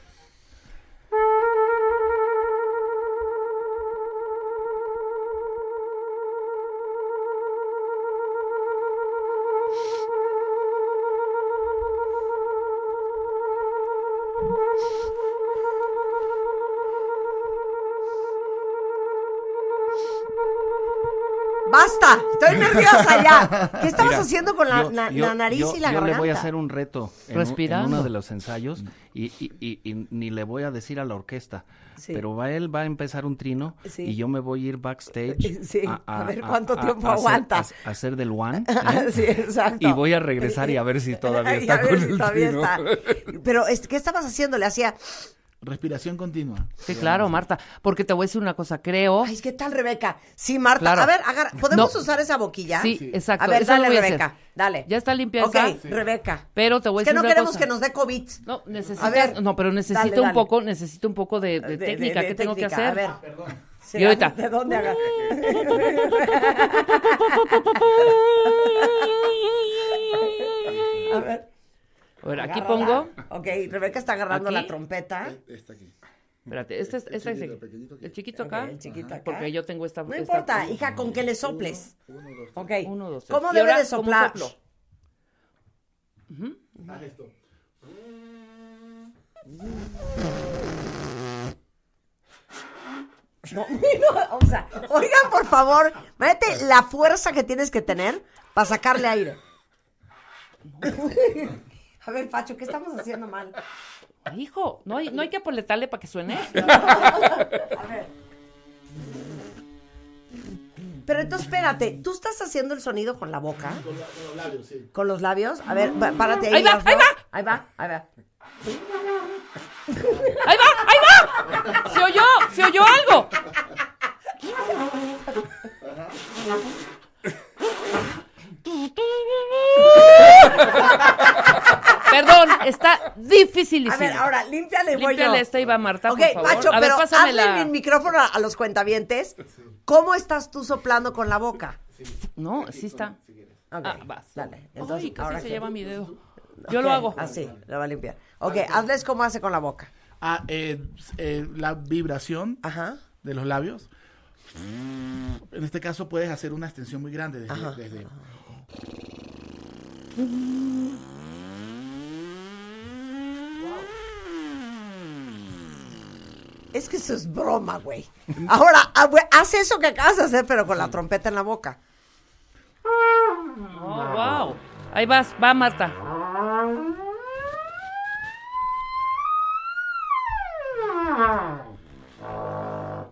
S1: Basta, estoy nerviosa ya.
S4: (laughs)
S1: ¿Qué estabas
S4: Mira,
S1: haciendo con la,
S4: yo-
S1: na-
S4: yo-
S1: la nariz
S4: yo-
S1: y la
S4: yo
S1: garganta?
S4: le voy a hacer un reto en, un- en
S2: Respirando.
S4: uno de los ensayos y, y- y- y ni le voy a decir a la orquesta.
S1: Sí.
S4: Pero va, él va a empezar un trino
S1: Sí.
S4: y yo me voy a ir
S1: (laughs)
S4: backstage
S1: Sí, a ver cuánto tiempo
S4: hacer-
S1: aguanta.
S4: a- a hacer del one.
S1: (laughs)
S4: ¿eh?
S1: Sí, exacto.
S4: Y voy a regresar y a ver si
S1: (laughs)
S4: todavía
S1: Y
S4: está
S1: a ver
S4: con
S1: si
S4: el
S1: todavía
S4: trino.
S1: está.
S2: (laughs)
S1: Pero, es- ¿qué estabas haciendo? Le hacía,
S3: Respiración continua.
S2: Sí, claro, Marta. Porque te voy a decir una cosa, creo.
S1: ay, ¿qué tal, Rebeca? Sí, Marta,
S2: Claro.
S1: a ver, agarra- ¿podemos
S2: No.
S1: usar esa boquilla?
S2: Sí, exacto.
S1: A ver,
S2: eso lo
S1: dale,
S2: voy a hacer.
S1: Rebeca, dale.
S2: Ya está limpia
S1: Ok,
S2: esa.
S1: Rebeca.
S2: Pero te voy a
S1: es que
S2: decir
S1: no
S2: una
S1: queremos
S2: cosa.
S1: que nos dé COVID.
S2: No,
S1: A
S2: necesitas,
S1: ver,
S2: no, pero necesito
S1: dale,
S2: un
S1: dale.
S2: poco, necesito un poco de, de
S1: De- de-
S2: técnica.
S1: de
S2: ¿Qué tengo que
S1: técnica,
S2: hacer?
S1: A ver. Sí,
S2: Y ahorita.
S1: ¿De dónde
S2: (laughs)
S1: haga? A ver.
S2: A ver, aquí
S1: agárrala.
S2: pongo.
S1: Ok, Rebeca está agarrando
S2: Aquí.
S1: la trompeta.
S3: Está aquí.
S2: Espérate, este es este es el, el chiquito
S1: Ok,
S2: acá.
S1: el chiquito acá.
S2: Porque yo tengo esta.
S1: No
S2: esta-
S1: importa, hija, con que le soples. Ok.
S2: Uno, dos, tres.
S1: ¿Cómo
S2: Y
S1: debe
S2: ahora,
S1: de soplar?
S2: ¿cómo soplo?
S1: No, (laughs) no, o sea, oigan, por favor, imagínate la fuerza que tienes que tener para sacarle
S2: (laughs)
S1: aire. A ver, Pacho, ¿qué estamos haciendo mal?
S2: Ay, Hijo, no hay, no hay que apoletarle para que suene.
S1: Pero entonces, espérate, ¿tú estás haciendo el sonido con la boca? Con, los labios, A ver, pa- párate ahí.
S2: Ahí va,
S1: las
S2: ahí
S1: dos.
S2: va.
S1: Ahí va, ahí va.
S2: ¡Ahí va! ¡Ahí va! ¡Se oyó! ¡Se oyó algo! Perdón, está dificilísimo.
S1: A ver, ahora, límpiale, voy
S2: Límpiale
S1: yo.
S2: esta y va Marta,
S1: ok,
S2: por favor.
S1: Pacho,
S2: a ver,
S1: pero
S2: pásame
S1: hazle
S2: la...
S1: el micrófono a, a los cuentavientes. ¿Cómo estás tú soplando con la boca?
S2: No, sí está.
S1: Ok,
S2: Ah, vas.
S1: Dale.
S2: Ay, casi se
S1: ¿qué?
S2: lleva mi dedo. Yo
S1: Ok,
S2: lo hago.
S1: Así, lo va a limpiar. Ok, hazles como hace con la boca.
S3: Ah, eh, eh, la vibración
S1: Ajá.
S3: de los labios. En este caso puedes hacer una extensión muy grande desde-
S1: Ajá.
S3: desde
S1: Es que eso es broma, güey. Ahora, ah, güey, haz eso que acabas de hacer, pero con la trompeta en la boca.
S2: Oh, wow. Ahí vas, va Marta.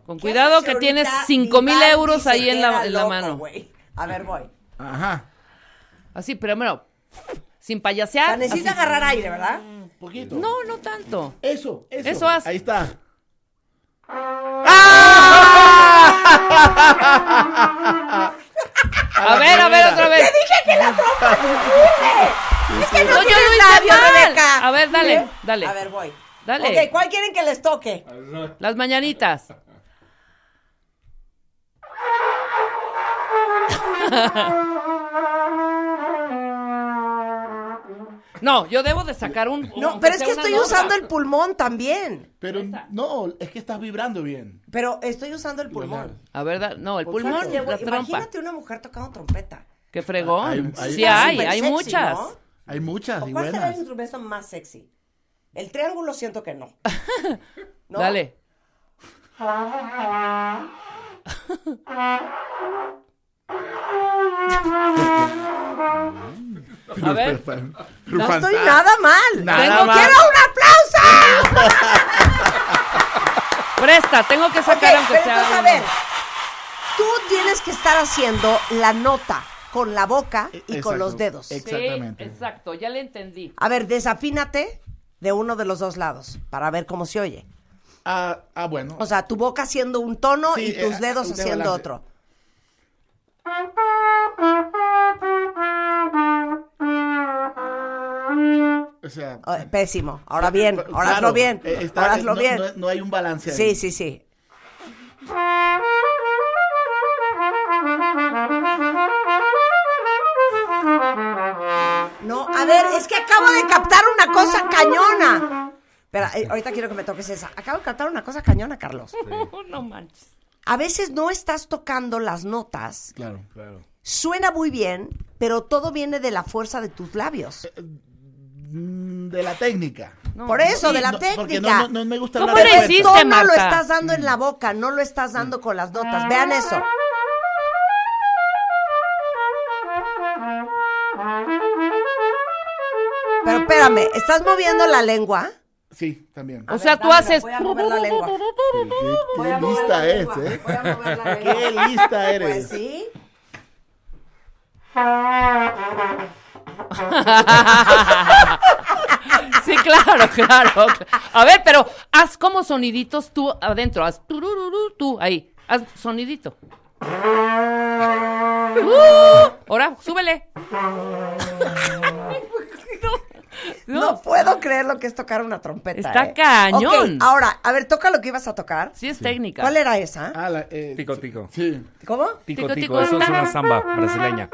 S2: Con cuidado que
S1: Ahorita
S2: tienes cinco mil
S1: Vivaldi
S2: euros
S1: se
S2: ahí en la,
S1: queda
S2: en la
S1: loco,
S2: mano.
S1: güey. A ver, voy.
S3: Ajá.
S2: Así, pero bueno, sin
S1: O sea,
S2: payasear.
S1: necesita
S2: Ah, así.
S1: agarrar aire, ¿verdad?
S3: Poquito.
S2: No, no tanto.
S3: Eso, eso.
S2: Eso haz.
S3: Ahí está.
S2: A ver, a ver, otra vez.
S1: Es que no,
S2: No, yo
S1: tienes
S2: lo hice
S1: labio,
S2: mal.
S1: Rebeca.
S2: A ver, dale,
S1: ¿Eh?
S2: dale.
S1: A ver, voy.
S2: Dale.
S1: Ok, ¿cuál quieren que les toque?
S2: Las mañanitas. No, yo debo de sacar un...
S1: No,
S2: aunque
S1: pero es
S2: sea
S1: que
S2: una
S1: estoy
S2: nota.
S1: usando el pulmón también.
S3: Pero no, es que estás vibrando bien.
S1: Pero estoy usando el pulmón.
S2: A ver, da- no, el
S1: ¿Sabes
S2: pulmón,
S1: qué,
S2: la
S1: güey?
S2: trompa.
S1: Pues Imagínate una mujer tocando trompeta.
S2: Qué fregón.
S3: Hay- hay-
S2: sí
S1: Está
S2: hay,
S1: súper
S2: hay
S1: sexy,
S2: muchas.
S1: ¿no?
S3: Hay muchas
S1: ¿O
S3: y
S1: cuál será el
S3: buenas. (laughs)
S1: instrumento más sexy? El triángulo siento
S2: (laughs)
S1: que no. ¿No?
S2: Dale. A ver,
S1: No estoy nada mal.
S3: Nada
S1: Tengo-
S3: mal.
S1: ¡Quiero un aplauso!
S2: presta, tengo que
S1: Ok,
S2: sacar aunque
S1: pero
S2: sea
S1: entonces, a
S2: uno.
S1: ver. Tú tienes que estar haciendo la nota con la boca y con
S3: Exacto.
S1: los dedos.
S3: Ex-
S2: Sí,
S3: Exactamente.
S2: exacto, ya le entendí.
S1: A ver, desafínate de uno de los dos lados para ver cómo se oye.
S3: Ah, ah, bueno.
S1: O sea, tu boca haciendo un tono
S3: Sí,
S1: y tus
S3: eh,
S1: dedos
S3: un
S1: haciendo
S3: desbalance.
S1: otro.
S3: O sea,
S1: Oh, Pésimo. Ahora bien, ahora
S3: Eh, claro,
S1: hazlo bien.
S3: eh, está-
S1: Ahora hazlo
S3: no,
S1: bien.
S3: No, no hay un balance
S1: Sí,
S3: ahí.
S1: sí, sí. No,
S2: Ah,
S1: a ver, es que acabo de captar una cosa cañona. Espera, eh, ahorita quiero que me toques esa. Acabo de captar una cosa cañona, Carlos.
S2: (laughs) no manches.
S1: A veces no estás tocando las notas.
S3: Claro.
S1: Suena muy bien, pero todo viene de la fuerza de tus labios.
S3: Mm, De la técnica.
S2: No.
S1: Por eso,
S3: Sí,
S1: de la
S3: no, Porque
S1: técnica.
S3: no, no- no me gusta
S2: ¿Cómo
S3: hablar
S2: le
S3: fuerte.
S2: hiciste?
S1: El tono
S2: Marta?
S1: Mm. lo estás dando en la boca, no lo estás dando con las notas. Vean eso. Pero espérame, ¿estás moviendo la lengua?
S3: Sí, también.
S2: O sea, tú haces.
S1: Voy a mover la lengua.
S3: Qué, qué
S1: (laughs) Voy Ah, a mover la
S3: lista es,
S1: lengua,
S3: ¿eh?
S1: voy a mover
S3: (laughs)
S1: la
S3: Qué
S1: lengua.
S3: lista
S1: Pues
S3: eres.
S1: sí.
S2: Sí, claro, (laughs) claro. cl- A ver, pero haz como soniditos tú adentro. Haz turururu, tú ahí. Haz sonidito. Uh, ahora,
S1: (laughs)
S2: súbele. No,
S1: No.
S2: no.
S1: puedo creer lo que es tocar una trompeta.
S2: Está
S1: ¿eh?
S2: cañón.
S1: Ok, ahora, a ver, toca lo que ibas a tocar.
S2: Sí, es técnica.
S1: ¿Cuál era esa?
S3: Ah, la, eh,
S4: Tico, tico.
S3: Sí.
S1: ¿Cómo?
S4: Tico,
S2: Tico, tico.
S4: tico, eso es una samba brasileña.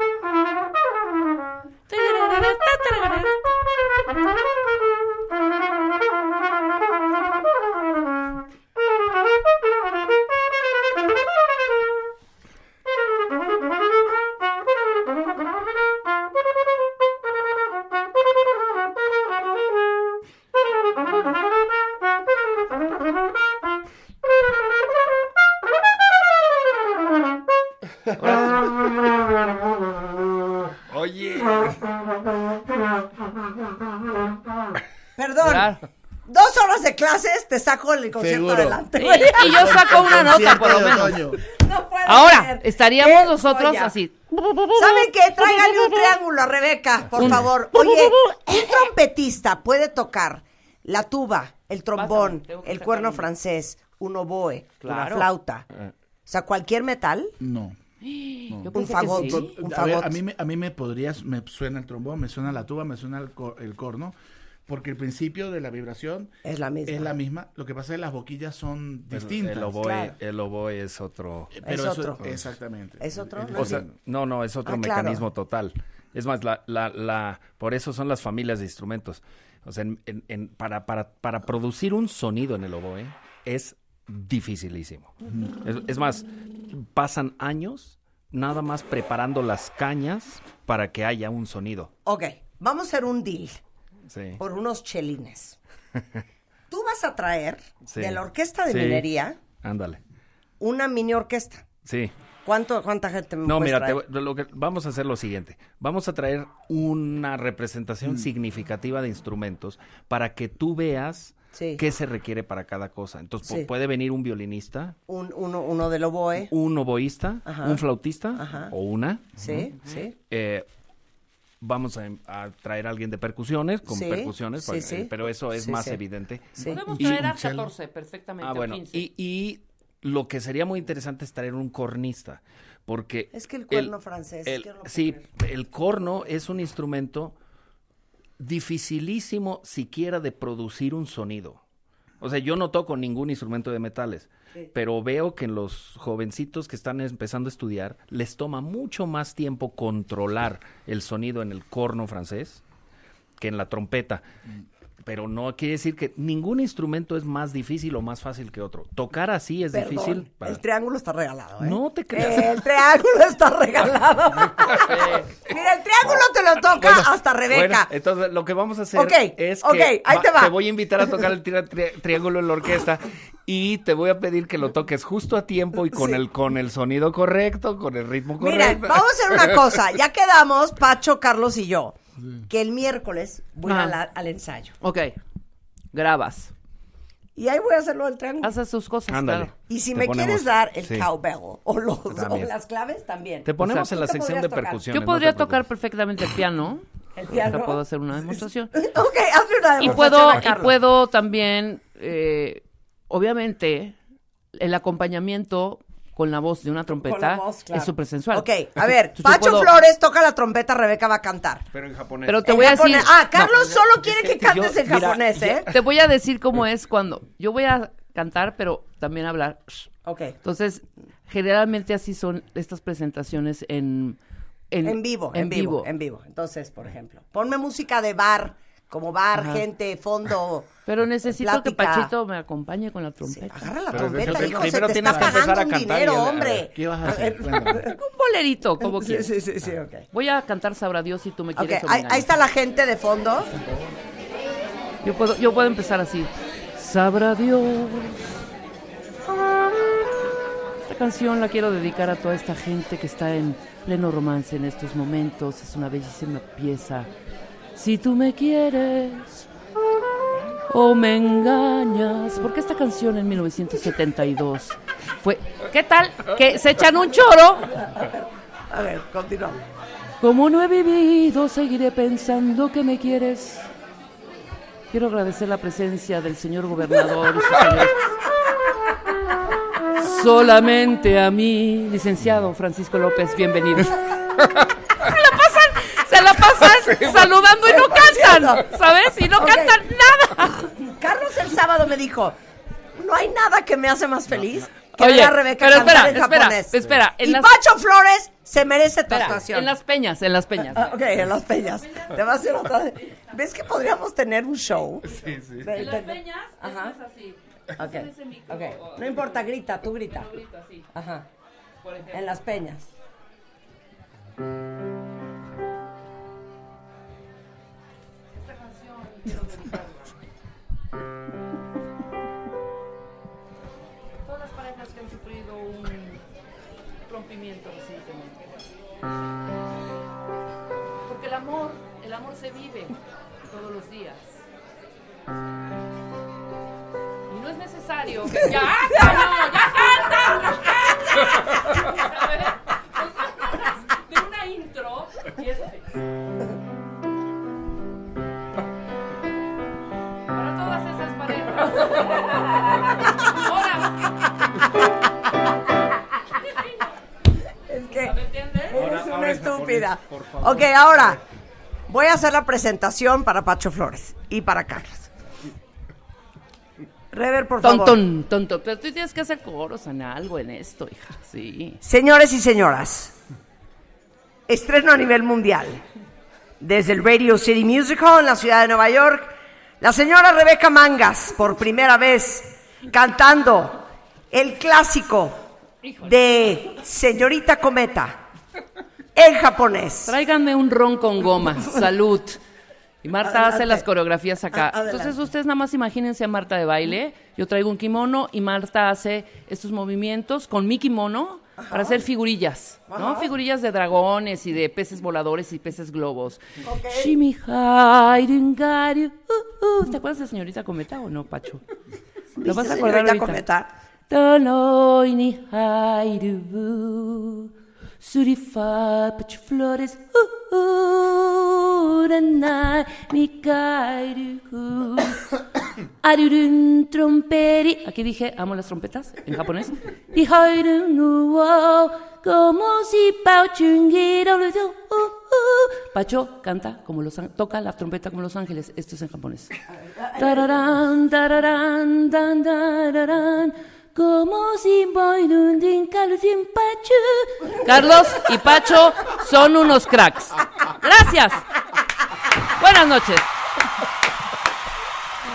S4: Oye.
S1: Perdón.
S2: Claro.
S1: Dos horas de clases, te saco el concierto
S3: Seguro.
S1: adelante.
S2: Y,
S1: güey. (laughs)
S2: y yo saco una nota, por lo menos.
S3: Concierto de otoño.
S1: No puedo
S2: Ahora,
S1: creer.
S2: estaríamos
S1: Qué
S2: nosotros
S1: joya.
S2: así.
S1: ¿Saben qué? Tráiganle
S2: (laughs)
S1: un triángulo a Rebeca, por favor. Oye, un trompetista puede tocar la tuba, el trombón,
S2: Pásame, tengo que
S1: el
S2: sacar
S1: cuerno
S2: uno.
S1: francés, un oboe, una
S2: Claro.
S1: flauta. O sea, cualquier metal.
S3: No.
S2: Yo
S1: Un
S2: pensé que
S1: fagot.
S2: sí.
S1: Un
S3: A, ver,
S1: fagot.
S3: a mí, me- a mí me podría, me suena el trombón, me suena la tuba, me suena el, cor- el corno, porque el principio de la vibración
S1: Es la misma.
S3: es la misma. Lo que pasa es que las boquillas son distintas.
S4: El oboe,
S1: claro.
S4: el oboe es otro.
S3: Pero
S1: Es
S3: eso-
S1: otro.
S3: Exactamente.
S1: ¿Es otro?
S3: El-
S1: No
S4: O sea, no, no, es otro
S1: Ah, claro.
S4: mecanismo total. Es más, la, la, la, por eso son las familias de instrumentos. O sea, en- en- en- para, para, para producir un sonido en el oboe es dificilísimo. Es, es más, pasan años nada más preparando las cañas para que haya un sonido.
S1: Ok, vamos a hacer un deal
S4: Sí.
S1: por unos chelines. Tú vas a traer
S4: Sí.
S1: de la orquesta de
S4: Sí.
S1: minería
S4: Ándale.
S1: una mini orquesta.
S4: Sí.
S1: ¿Cuánto, ¿Cuánta gente me
S4: No,
S1: puedes
S4: mira, te
S1: traer?
S4: voy- lo que, vamos a hacer lo siguiente. Vamos a traer una representación
S1: Mm.
S4: significativa de instrumentos para que tú veas
S1: Sí.
S4: qué se requiere para cada cosa. Entonces, pu-
S1: Sí.
S4: puede venir un violinista,
S1: Un- uno, uno del oboe.
S4: un oboísta,
S1: Ajá.
S4: un flautista
S1: Ajá.
S4: o una.
S1: Sí, sí.
S4: Eh, vamos a, a traer a alguien de percusiones, con
S1: Sí,
S4: percusiones,
S1: sí,
S4: para-
S1: sí.
S4: pero eso es
S1: Sí,
S4: más
S1: sí.
S4: evidente.
S1: Sí.
S2: Podemos
S3: Y
S2: traer
S3: un
S2: a
S3: cello.
S2: 14 perfectamente.
S4: Ah,
S2: o
S4: bueno,
S2: 15.
S4: y, y lo que sería muy interesante es traer un cornista, porque...
S1: Es que el cuerno francés,
S4: el-
S1: yo no puedo
S4: sí,
S1: creer.
S4: el corno es un instrumento dificilísimo siquiera de producir un sonido. O sea, yo no toco ningún instrumento de metales, pero veo que en los jovencitos que están empezando a estudiar les toma mucho más tiempo controlar el sonido en el corno francés que en la trompeta. Pero no quiere decir que ningún instrumento es más difícil o más fácil que otro. Tocar así es
S1: Perdón,
S4: difícil. para-
S1: El triángulo está regalado, ¿eh?
S4: No te creas.
S1: El (laughs) triángulo está
S4: (laughs)
S1: regalado. Mira, el triángulo te lo toca hasta Rebeca.
S4: Bueno, entonces lo que vamos a hacer
S1: Ok,
S4: es que
S1: ok, ahí te va.
S4: te voy a invitar a tocar el tira- tri- triángulo en la orquesta y te voy a pedir que lo toques justo a tiempo y con
S1: Sí.
S4: el con el sonido correcto, con el ritmo correcto.
S1: Mira, vamos a hacer
S4: (laughs)
S1: una cosa. Ya quedamos, Pacho, Carlos y yo, que el miércoles voy a
S2: Ajá.
S1: la- al ensayo.
S2: Ok. Grabas.
S1: Y ahí voy a hacerlo del triángulo.
S2: Haces sus cosas.
S4: Ándale.
S2: claro.
S1: Y si
S4: Te
S1: me
S4: ponemos-
S1: quieres dar el
S4: sí.
S1: cowbell o, los, o
S4: También.
S1: las claves, también.
S4: Te
S2: O
S4: ponemos
S2: sea,
S4: en la
S1: tú te
S4: sección de
S1: podrías tocar.
S4: percusión.
S2: Yo podría tocar perfectamente el piano.
S1: El
S2: Ahorita
S1: piano.
S2: puedo hacer una demostración.
S1: (laughs) Ok, hazme una
S2: y
S1: demostración
S2: puedo,
S1: a
S2: y
S1: Carlos.
S2: puedo también, eh, obviamente, el acompañamiento con la voz de una
S1: Con la
S2: trompeta
S1: voz, claro.
S2: es súper sensual.
S1: Ok, a ver,
S2: Entonces, yo
S1: Pacho
S2: puedo-
S1: Flores toca la trompeta, Rebeca va a cantar.
S4: Pero en japonés.
S2: Pero te
S1: En
S2: voy a
S1: japonés.
S2: decir.
S1: Ah,
S2: no,
S1: Carlos solo quiere que,
S4: que
S1: cantes
S4: yo-
S1: en
S4: mira,
S1: japonés, ¿eh?
S2: te voy a decir cómo es cuando. Yo voy a cantar, pero también hablar.
S1: Ok.
S2: Entonces, generalmente así son estas presentaciones en. En,
S1: En vivo, en, vivo, en vivo. Entonces, por ejemplo, ponme música de bar, como bar,
S2: Ajá.
S1: gente,
S2: (laughs)
S1: fondo.
S2: Pero necesito que
S1: plática.
S2: Pachito me acompañe con la
S1: Sí,
S2: trompeta.
S1: agarra la
S4: Pero desde
S1: trompeta,
S4: que
S1: hijo, se
S4: primero
S1: te
S4: tienes
S1: está
S4: que empezar
S1: pagando
S4: a
S1: un
S4: cantar y
S1: dinero,
S4: el- a
S1: hombre.
S3: ¿Qué
S4: Ah,
S3: vas a
S1: eh,
S3: hacer? Cuéntame.
S2: Un bolerito,
S1: (laughs)
S2: como
S1: Sí,
S2: quieras.
S1: sí, sí, sí, ok.
S2: Voy a cantar Sabrá Dios si tú me
S1: Ok,
S2: quieres.
S1: ahí,
S2: obligar.
S1: ahí está la gente de fondo.
S2: Yo puedo, yo puedo empezar así. Sabrá Dios. Esta canción la quiero dedicar a toda esta gente que está en pleno romance en estos momentos. Es una bellísima pieza. Si tú me quieres o me engañas. Porque esta canción en 1972 fue. ¿Qué tal? Que se echan un choro.
S1: A ver, continuamos.
S2: Como no he vivido, seguiré pensando que me quieres. Quiero agradecer la presencia del señor gobernador y sus señores. Solamente a mí, licenciado Francisco López, bienvenido. Se la pasan, se la pasan saludando y no cantan, ¿sabes? Y no
S1: Ok.
S2: cantan nada.
S1: Carlos el sábado me dijo, no hay nada que me hace más feliz que
S2: Oye,
S1: ver a Rebeca
S2: pero
S1: cantar
S2: espera,
S1: en
S2: espera,
S1: japonés.
S2: espera, en
S1: y
S2: las-
S1: Pacho Flores se merece tu
S2: Espera,
S1: actuación.
S2: en las peñas, en las peñas.
S1: Ah, ok, en las peñas. Te vas a ir otra vez. ¿Ves que podríamos tener un show? Sí, sí. En Ajá.
S2: así.
S1: Ok, ok. No importa, grita, tú grita. Ajá. En las peñas.
S2: Todas las parejas que han sufrido un rompimiento recientemente. Porque el amor, el amor se vive todos los días. Y no es necesario que ya, cañón, ya canta. ¿Sabes? Pues, De una intro y este. Para todas esas parejas. Ahora,
S1: Es que
S2: ¿me entiendes?
S1: eres una estúpida. Ok, ahora voy a hacer la presentación para Pacho Flores y para Carlos. Rever, por favor.
S2: Tontón, tontón. Pero tú tienes que hacer coros en algo en esto, hija. Sí.
S1: Señores y señoras, estreno a nivel mundial. Desde el Radio City Music Hall en la ciudad de Nueva York, la señora Rebeca Mangas, por primera vez, cantando el clásico de Señorita Cometa en japonés.
S2: Tráiganme un ron
S1: (laughs)
S2: con goma. Salud. Y Marta
S1: Adelante.
S2: hace las coreografías
S1: A-
S2: acá.
S1: adelante.
S2: Entonces ustedes nada más imagínense a Marta de baile. Yo traigo un kimono y Marta hace estos movimientos con mi kimono para hacer figurillas, ¿no? Figurillas de dragones y de peces voladores y peces globos. Shimi hairengari, uh, uh. ¿Te acuerdas de Señorita Cometa o no,
S1: (laughs)
S2: Pacho? ¿Lo vas a acordar
S1: Señorita
S2: ahorita?
S1: Cometa.
S2: Toloi ni hairu Surifa pachu flores Uranai mikairu (coughs) Arurun tromperi Aquí dije, amo las trompetas en japonés Ni hairu nuo Como si pauchungiro Pacho canta como los An- toca la trompeta como los ángeles. Esto es en japonés. Tararán, tararán, dan, dararán, como si voy dun, din, calu, din, pachu. Carlos y Pacho son unos cracks. Gracias. Buenas noches.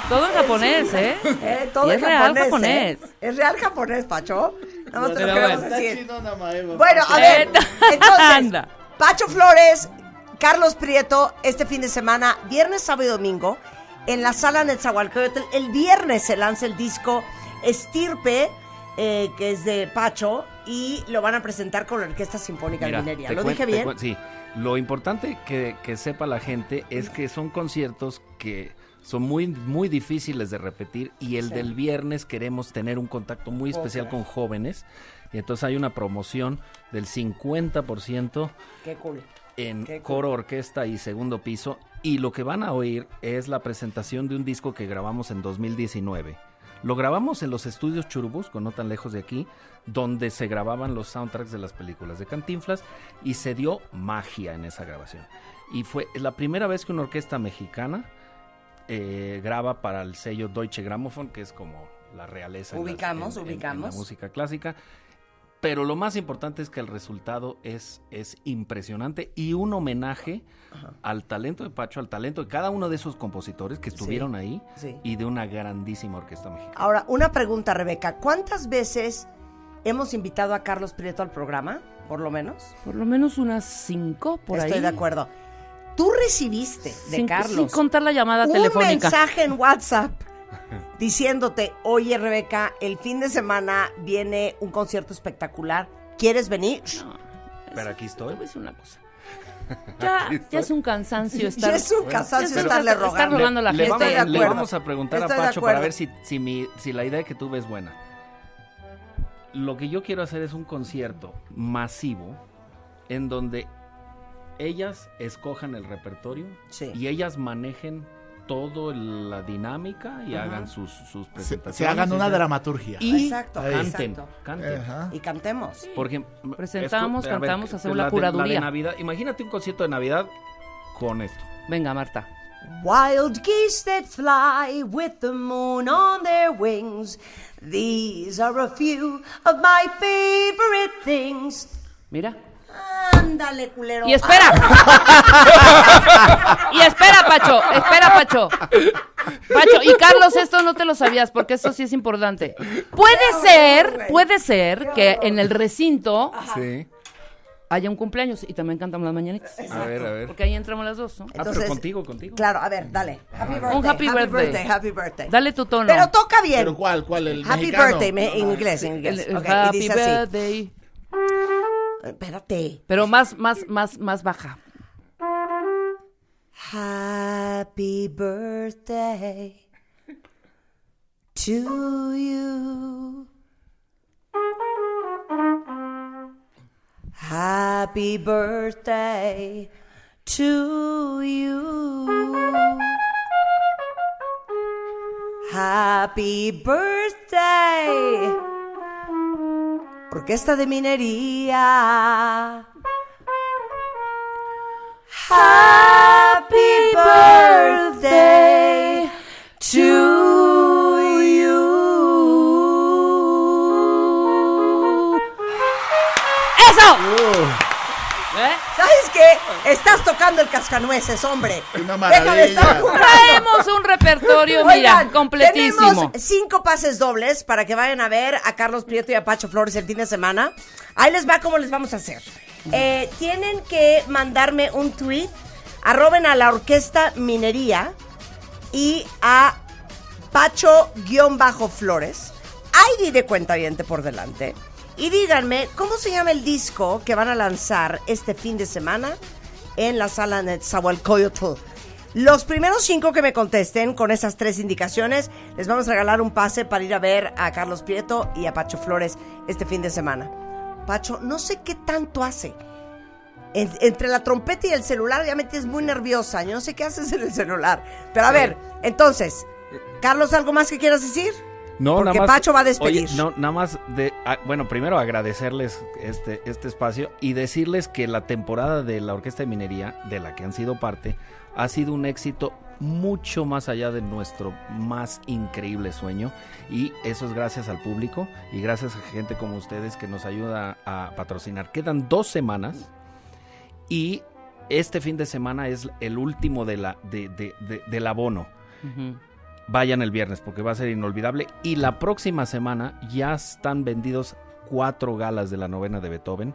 S2: Todo en japonés, ¿eh?
S1: Eh, todo
S2: Y
S1: en
S2: es real
S1: japonés, ¿eh?
S2: japonés.
S1: Es real japonés, Pacho. Nada más te lo
S2: Pero
S1: queremos
S2: bueno.
S1: decir.
S3: nada más, Eva.
S1: Bueno, a ver,
S2: Neta. (laughs)
S1: entonces,
S2: Anda.
S1: Pacho Flores, Carlos Prieto, este fin de semana, viernes, sábado y domingo, en la sala Netzahualcóyotl. El viernes se lanza el disco Estirpe, eh, que es de Pacho, y lo van a presentar con la Orquesta Sinfónica
S4: Mira,
S1: de Minería.
S4: te
S1: ¿Lo
S4: cuen-
S1: dije
S4: te
S1: bien?
S4: cuen- Sí. Lo importante que, que sepa la gente es que son conciertos que son muy, muy difíciles de repetir y el del viernes queremos tener un contacto muy especial con jóvenes. Y entonces hay una promoción del 50%
S1: Qué cool.
S4: en
S1: Qué cool.
S4: coro, orquesta y segundo piso. Y lo que van a oír es la presentación de un disco que grabamos en 2019. Lo grabamos en los estudios Churubusco, no tan lejos de aquí, donde se grababan los soundtracks de las películas de Cantinflas y se dio magia en esa grabación. Y fue la primera vez que una orquesta mexicana eh, graba para el sello Deutsche Grammophon, que es como la realeza en las-
S1: Ubicamos,
S4: en- en- en
S1: ubicamos.
S4: la música clásica. Pero lo más importante es que el resultado es, es impresionante y un homenaje al talento de Pacho, al talento de cada uno de esos compositores que estuvieron ahí
S1: sí.
S4: y de una grandísima orquesta mexicana.
S1: Ahora, una pregunta, Rebeca. ¿Cuántas veces hemos invitado a Carlos Prieto al programa? Por lo menos.
S2: Por lo menos unas cinco por ahí.
S1: Estoy de acuerdo. Tú recibiste de
S2: Sin-
S1: Carlos.
S2: Sin contar la llamada
S1: un
S2: telefónica.
S1: mensaje en WhatsApp diciéndote, oye Rebeca, el fin de semana viene un concierto espectacular, ¿quieres venir?
S4: Pero aquí
S2: Te
S4: estoy. (laughs)
S2: voy a decir una cosa. Ya,
S4: Aquí estoy.
S2: ya es un cansancio
S1: (laughs)
S2: estar.
S1: Ya es un
S2: ya
S1: cansancio
S2: es un
S1: estarle
S2: cansancio estar
S1: rogando.
S2: rogando a la
S4: le,
S2: gente.
S4: vamos,
S1: Estoy de
S4: le
S1: acuerdo.
S4: vamos a preguntar
S1: Estoy
S4: a
S1: de
S4: Pacho para
S1: acuerdo.
S4: ver si, si, mi, si la idea que tuve es buena. Lo que yo quiero hacer es un concierto masivo en donde ellas escojan el repertorio
S1: Sí.
S4: y ellas manejen toda la dinámica y
S1: Ajá.
S4: hagan sus, sus
S3: Se,
S4: presentaciones.
S3: se hagan una dramaturgia.
S4: Y
S1: Exacto,
S4: canten,
S1: exacto.
S4: canten.
S3: Ajá.
S1: Y cantemos.
S4: Porque
S2: Presentamos,
S4: escu- a
S2: cantamos,
S4: que-
S2: hacemos
S4: la
S2: la
S4: de-
S2: curaduría.
S4: de Navidad. Imagínate un concierto de Navidad con esto.
S2: Venga, Marta.
S1: Wild geese that fly with the moon on their wings. These are a few of my favorite things.
S2: Mira.
S1: Ándale, culero. Ah,
S2: Y espera.
S1: (laughs)
S2: y espera, Pacho. Espera, Pacho. Pacho, y Carlos, esto no te lo sabías, porque esto sí es importante. Puede ser, puede ser que en el recinto
S4: Sí.
S2: haya un cumpleaños y también cantamos las mañanitas.
S4: A ver, a ver.
S2: Porque ahí entramos las dos, ¿no?
S4: Ah,
S1: Entonces-
S4: pero contigo, contigo.
S1: Claro, a ver, dale. Happy birthday.
S2: Un happy birthday.
S1: Happy birthday.
S2: Dale tu tono.
S1: Pero toca bien.
S3: ¿Pero cuál? ¿Cuál? ¿El
S1: happy
S3: mexicano?
S1: birthday me- en inglés, en
S2: El-
S1: inglés.
S2: el
S1: Ok, y
S2: happy
S1: dice así.
S2: birthday.
S1: Espérate.
S2: Pero más, más, más, más baja.
S1: Happy birthday to you. Happy birthday to you. Happy birthday. Orquesta de Minería. Happy birthday to you.
S2: ¡Eso! ¿Eh?
S1: ¿Sabes qué? Estás tocando el cascanueces, hombre.
S3: Una
S1: Deja de estar
S3: maravilla.
S1: jugando.
S2: Traemos un repertorio,
S1: Oigan,
S2: mira, completísimo.
S1: Tenemos cinco pases dobles para que vayan a ver a Carlos Prieto y a Pacho Flores el fin de semana. Ahí les va cómo les vamos a hacer. Eh, tienen que mandarme un tweet. Arroben a la orquesta Minería y a Pacho-Flores. ID de cuenta por delante. Y díganme, ¿cómo se llama el disco que van a lanzar este fin de semana en la sala Netzahualcoyotl? Los primeros cinco que me contesten con esas tres indicaciones, les vamos a regalar un pase para ir a ver a Carlos Prieto y a Pacho Flores este fin de semana. Pacho, no sé qué tanto hace. En- entre la trompeta y el celular, obviamente es muy nerviosa. Yo no sé qué haces en el celular. Pero a ver, entonces, Carlos, ¿algo más que quieras decir?
S4: No,
S1: Porque
S4: nada más,
S1: Pacho va a despedir.
S4: Oye, no, nada más de a- bueno, primero agradecerles este este espacio y decirles que la temporada de la Orquesta de Minería, de la que han sido parte, ha sido un éxito mucho más allá de nuestro más increíble sueño y eso es gracias al público y gracias a gente como ustedes que nos ayuda a patrocinar. Quedan dos semanas y este fin de semana es el último de la, de- de- de- del abono
S2: Ujú.
S4: vayan el viernes porque va a ser inolvidable. Y la próxima semana ya están vendidos cuatro galas de la novena de Beethoven.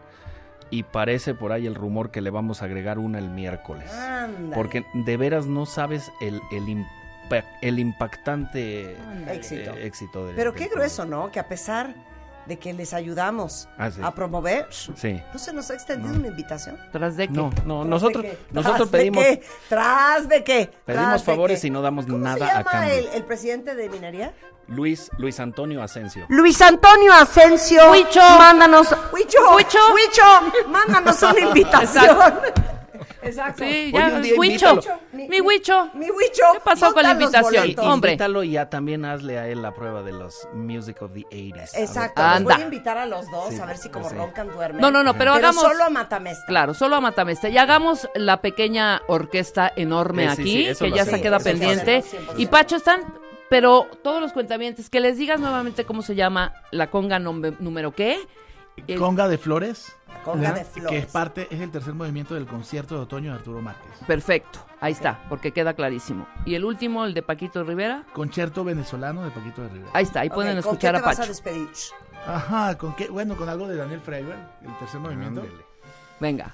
S4: Y parece por ahí el rumor que le vamos a agregar una el miércoles.
S1: Ándale.
S4: Porque de veras no sabes el, el, impa- el impactante eh,
S1: Éxito.
S4: éxito de
S1: Pero
S4: de
S1: qué
S4: Beethoven.
S1: grueso, ¿no? Que a pesar de que les ayudamos
S4: Ah, sí.
S1: a promover,
S4: Sí.
S1: ¿no se nos ha extendido una invitación?
S2: Tras de que.
S4: No, no,
S1: ¿Tras
S4: nosotros,
S1: de qué?
S4: nosotros
S1: ¿Tras de
S4: pedimos,
S1: qué? ¿Tras de qué?
S4: pedimos
S1: ¿Tras de
S4: favores
S1: qué?
S4: y no damos
S1: ¿Cómo
S4: nada
S1: se
S4: a
S1: llama
S4: cambio.
S1: el, el presidente de Minería?
S4: Luis, Luis Antonio Asensio.
S1: Luis Antonio Asensio.
S2: Huicho.
S1: Mándanos. Huicho.
S2: Huicho.
S1: Huicho, Mándanos
S4: (laughs)
S1: una invitación. Exacto.
S2: Sí,
S4: Oye,
S2: ya,
S4: un día
S2: Huicho.
S4: invítalo.
S2: Mi Huicho.
S1: Mi Huicho.
S2: ¿Qué pasó con la
S1: monta los
S2: invitación?
S1: boletos.
S2: Hombre.
S4: Invítalo y ya también hazle a él la prueba de los Music of the 80s. A ver,
S1: Exacto.
S2: Anda.
S1: los Voy a invitar a los dos
S4: Sí,
S1: a ver si como
S4: sí.
S1: roncan duermen.
S2: No, no, no, pero hagamos-
S1: solo a Matamesta.
S2: Claro, solo a Matamesta. Y hagamos la pequeña orquesta enorme
S4: Eh, sí,
S2: aquí,
S4: sí, eso
S2: que
S4: lo
S2: ya se
S4: hacemos,
S2: queda
S1: eso lo
S2: pendiente.
S1: hacemos, 100%.
S2: Y Pacho, están, pero todos los cuentavientes, que les digas nuevamente cómo se llama la conga nombre- número qué. Eh,
S3: Conga de Flores.
S1: Conga
S3: Ajá.
S1: de
S3: Que es
S1: Flores.
S3: parte, es el tercer movimiento del concierto de otoño de Arturo Márquez.
S2: Perfecto, ahí está, porque queda clarísimo. Y el último, el de Paquito Rivera,
S3: Concierto venezolano de Paquito de Rivera.
S2: ahí está, ahí
S1: Ok,
S2: pueden
S1: ¿con
S2: escuchar
S1: qué
S2: a
S1: te vas a
S2: Pacho.
S1: despedir?
S3: Ajá, con qué, bueno, con algo de Daniel Freiberg, el tercer movimiento.
S4: ándele.
S2: Venga.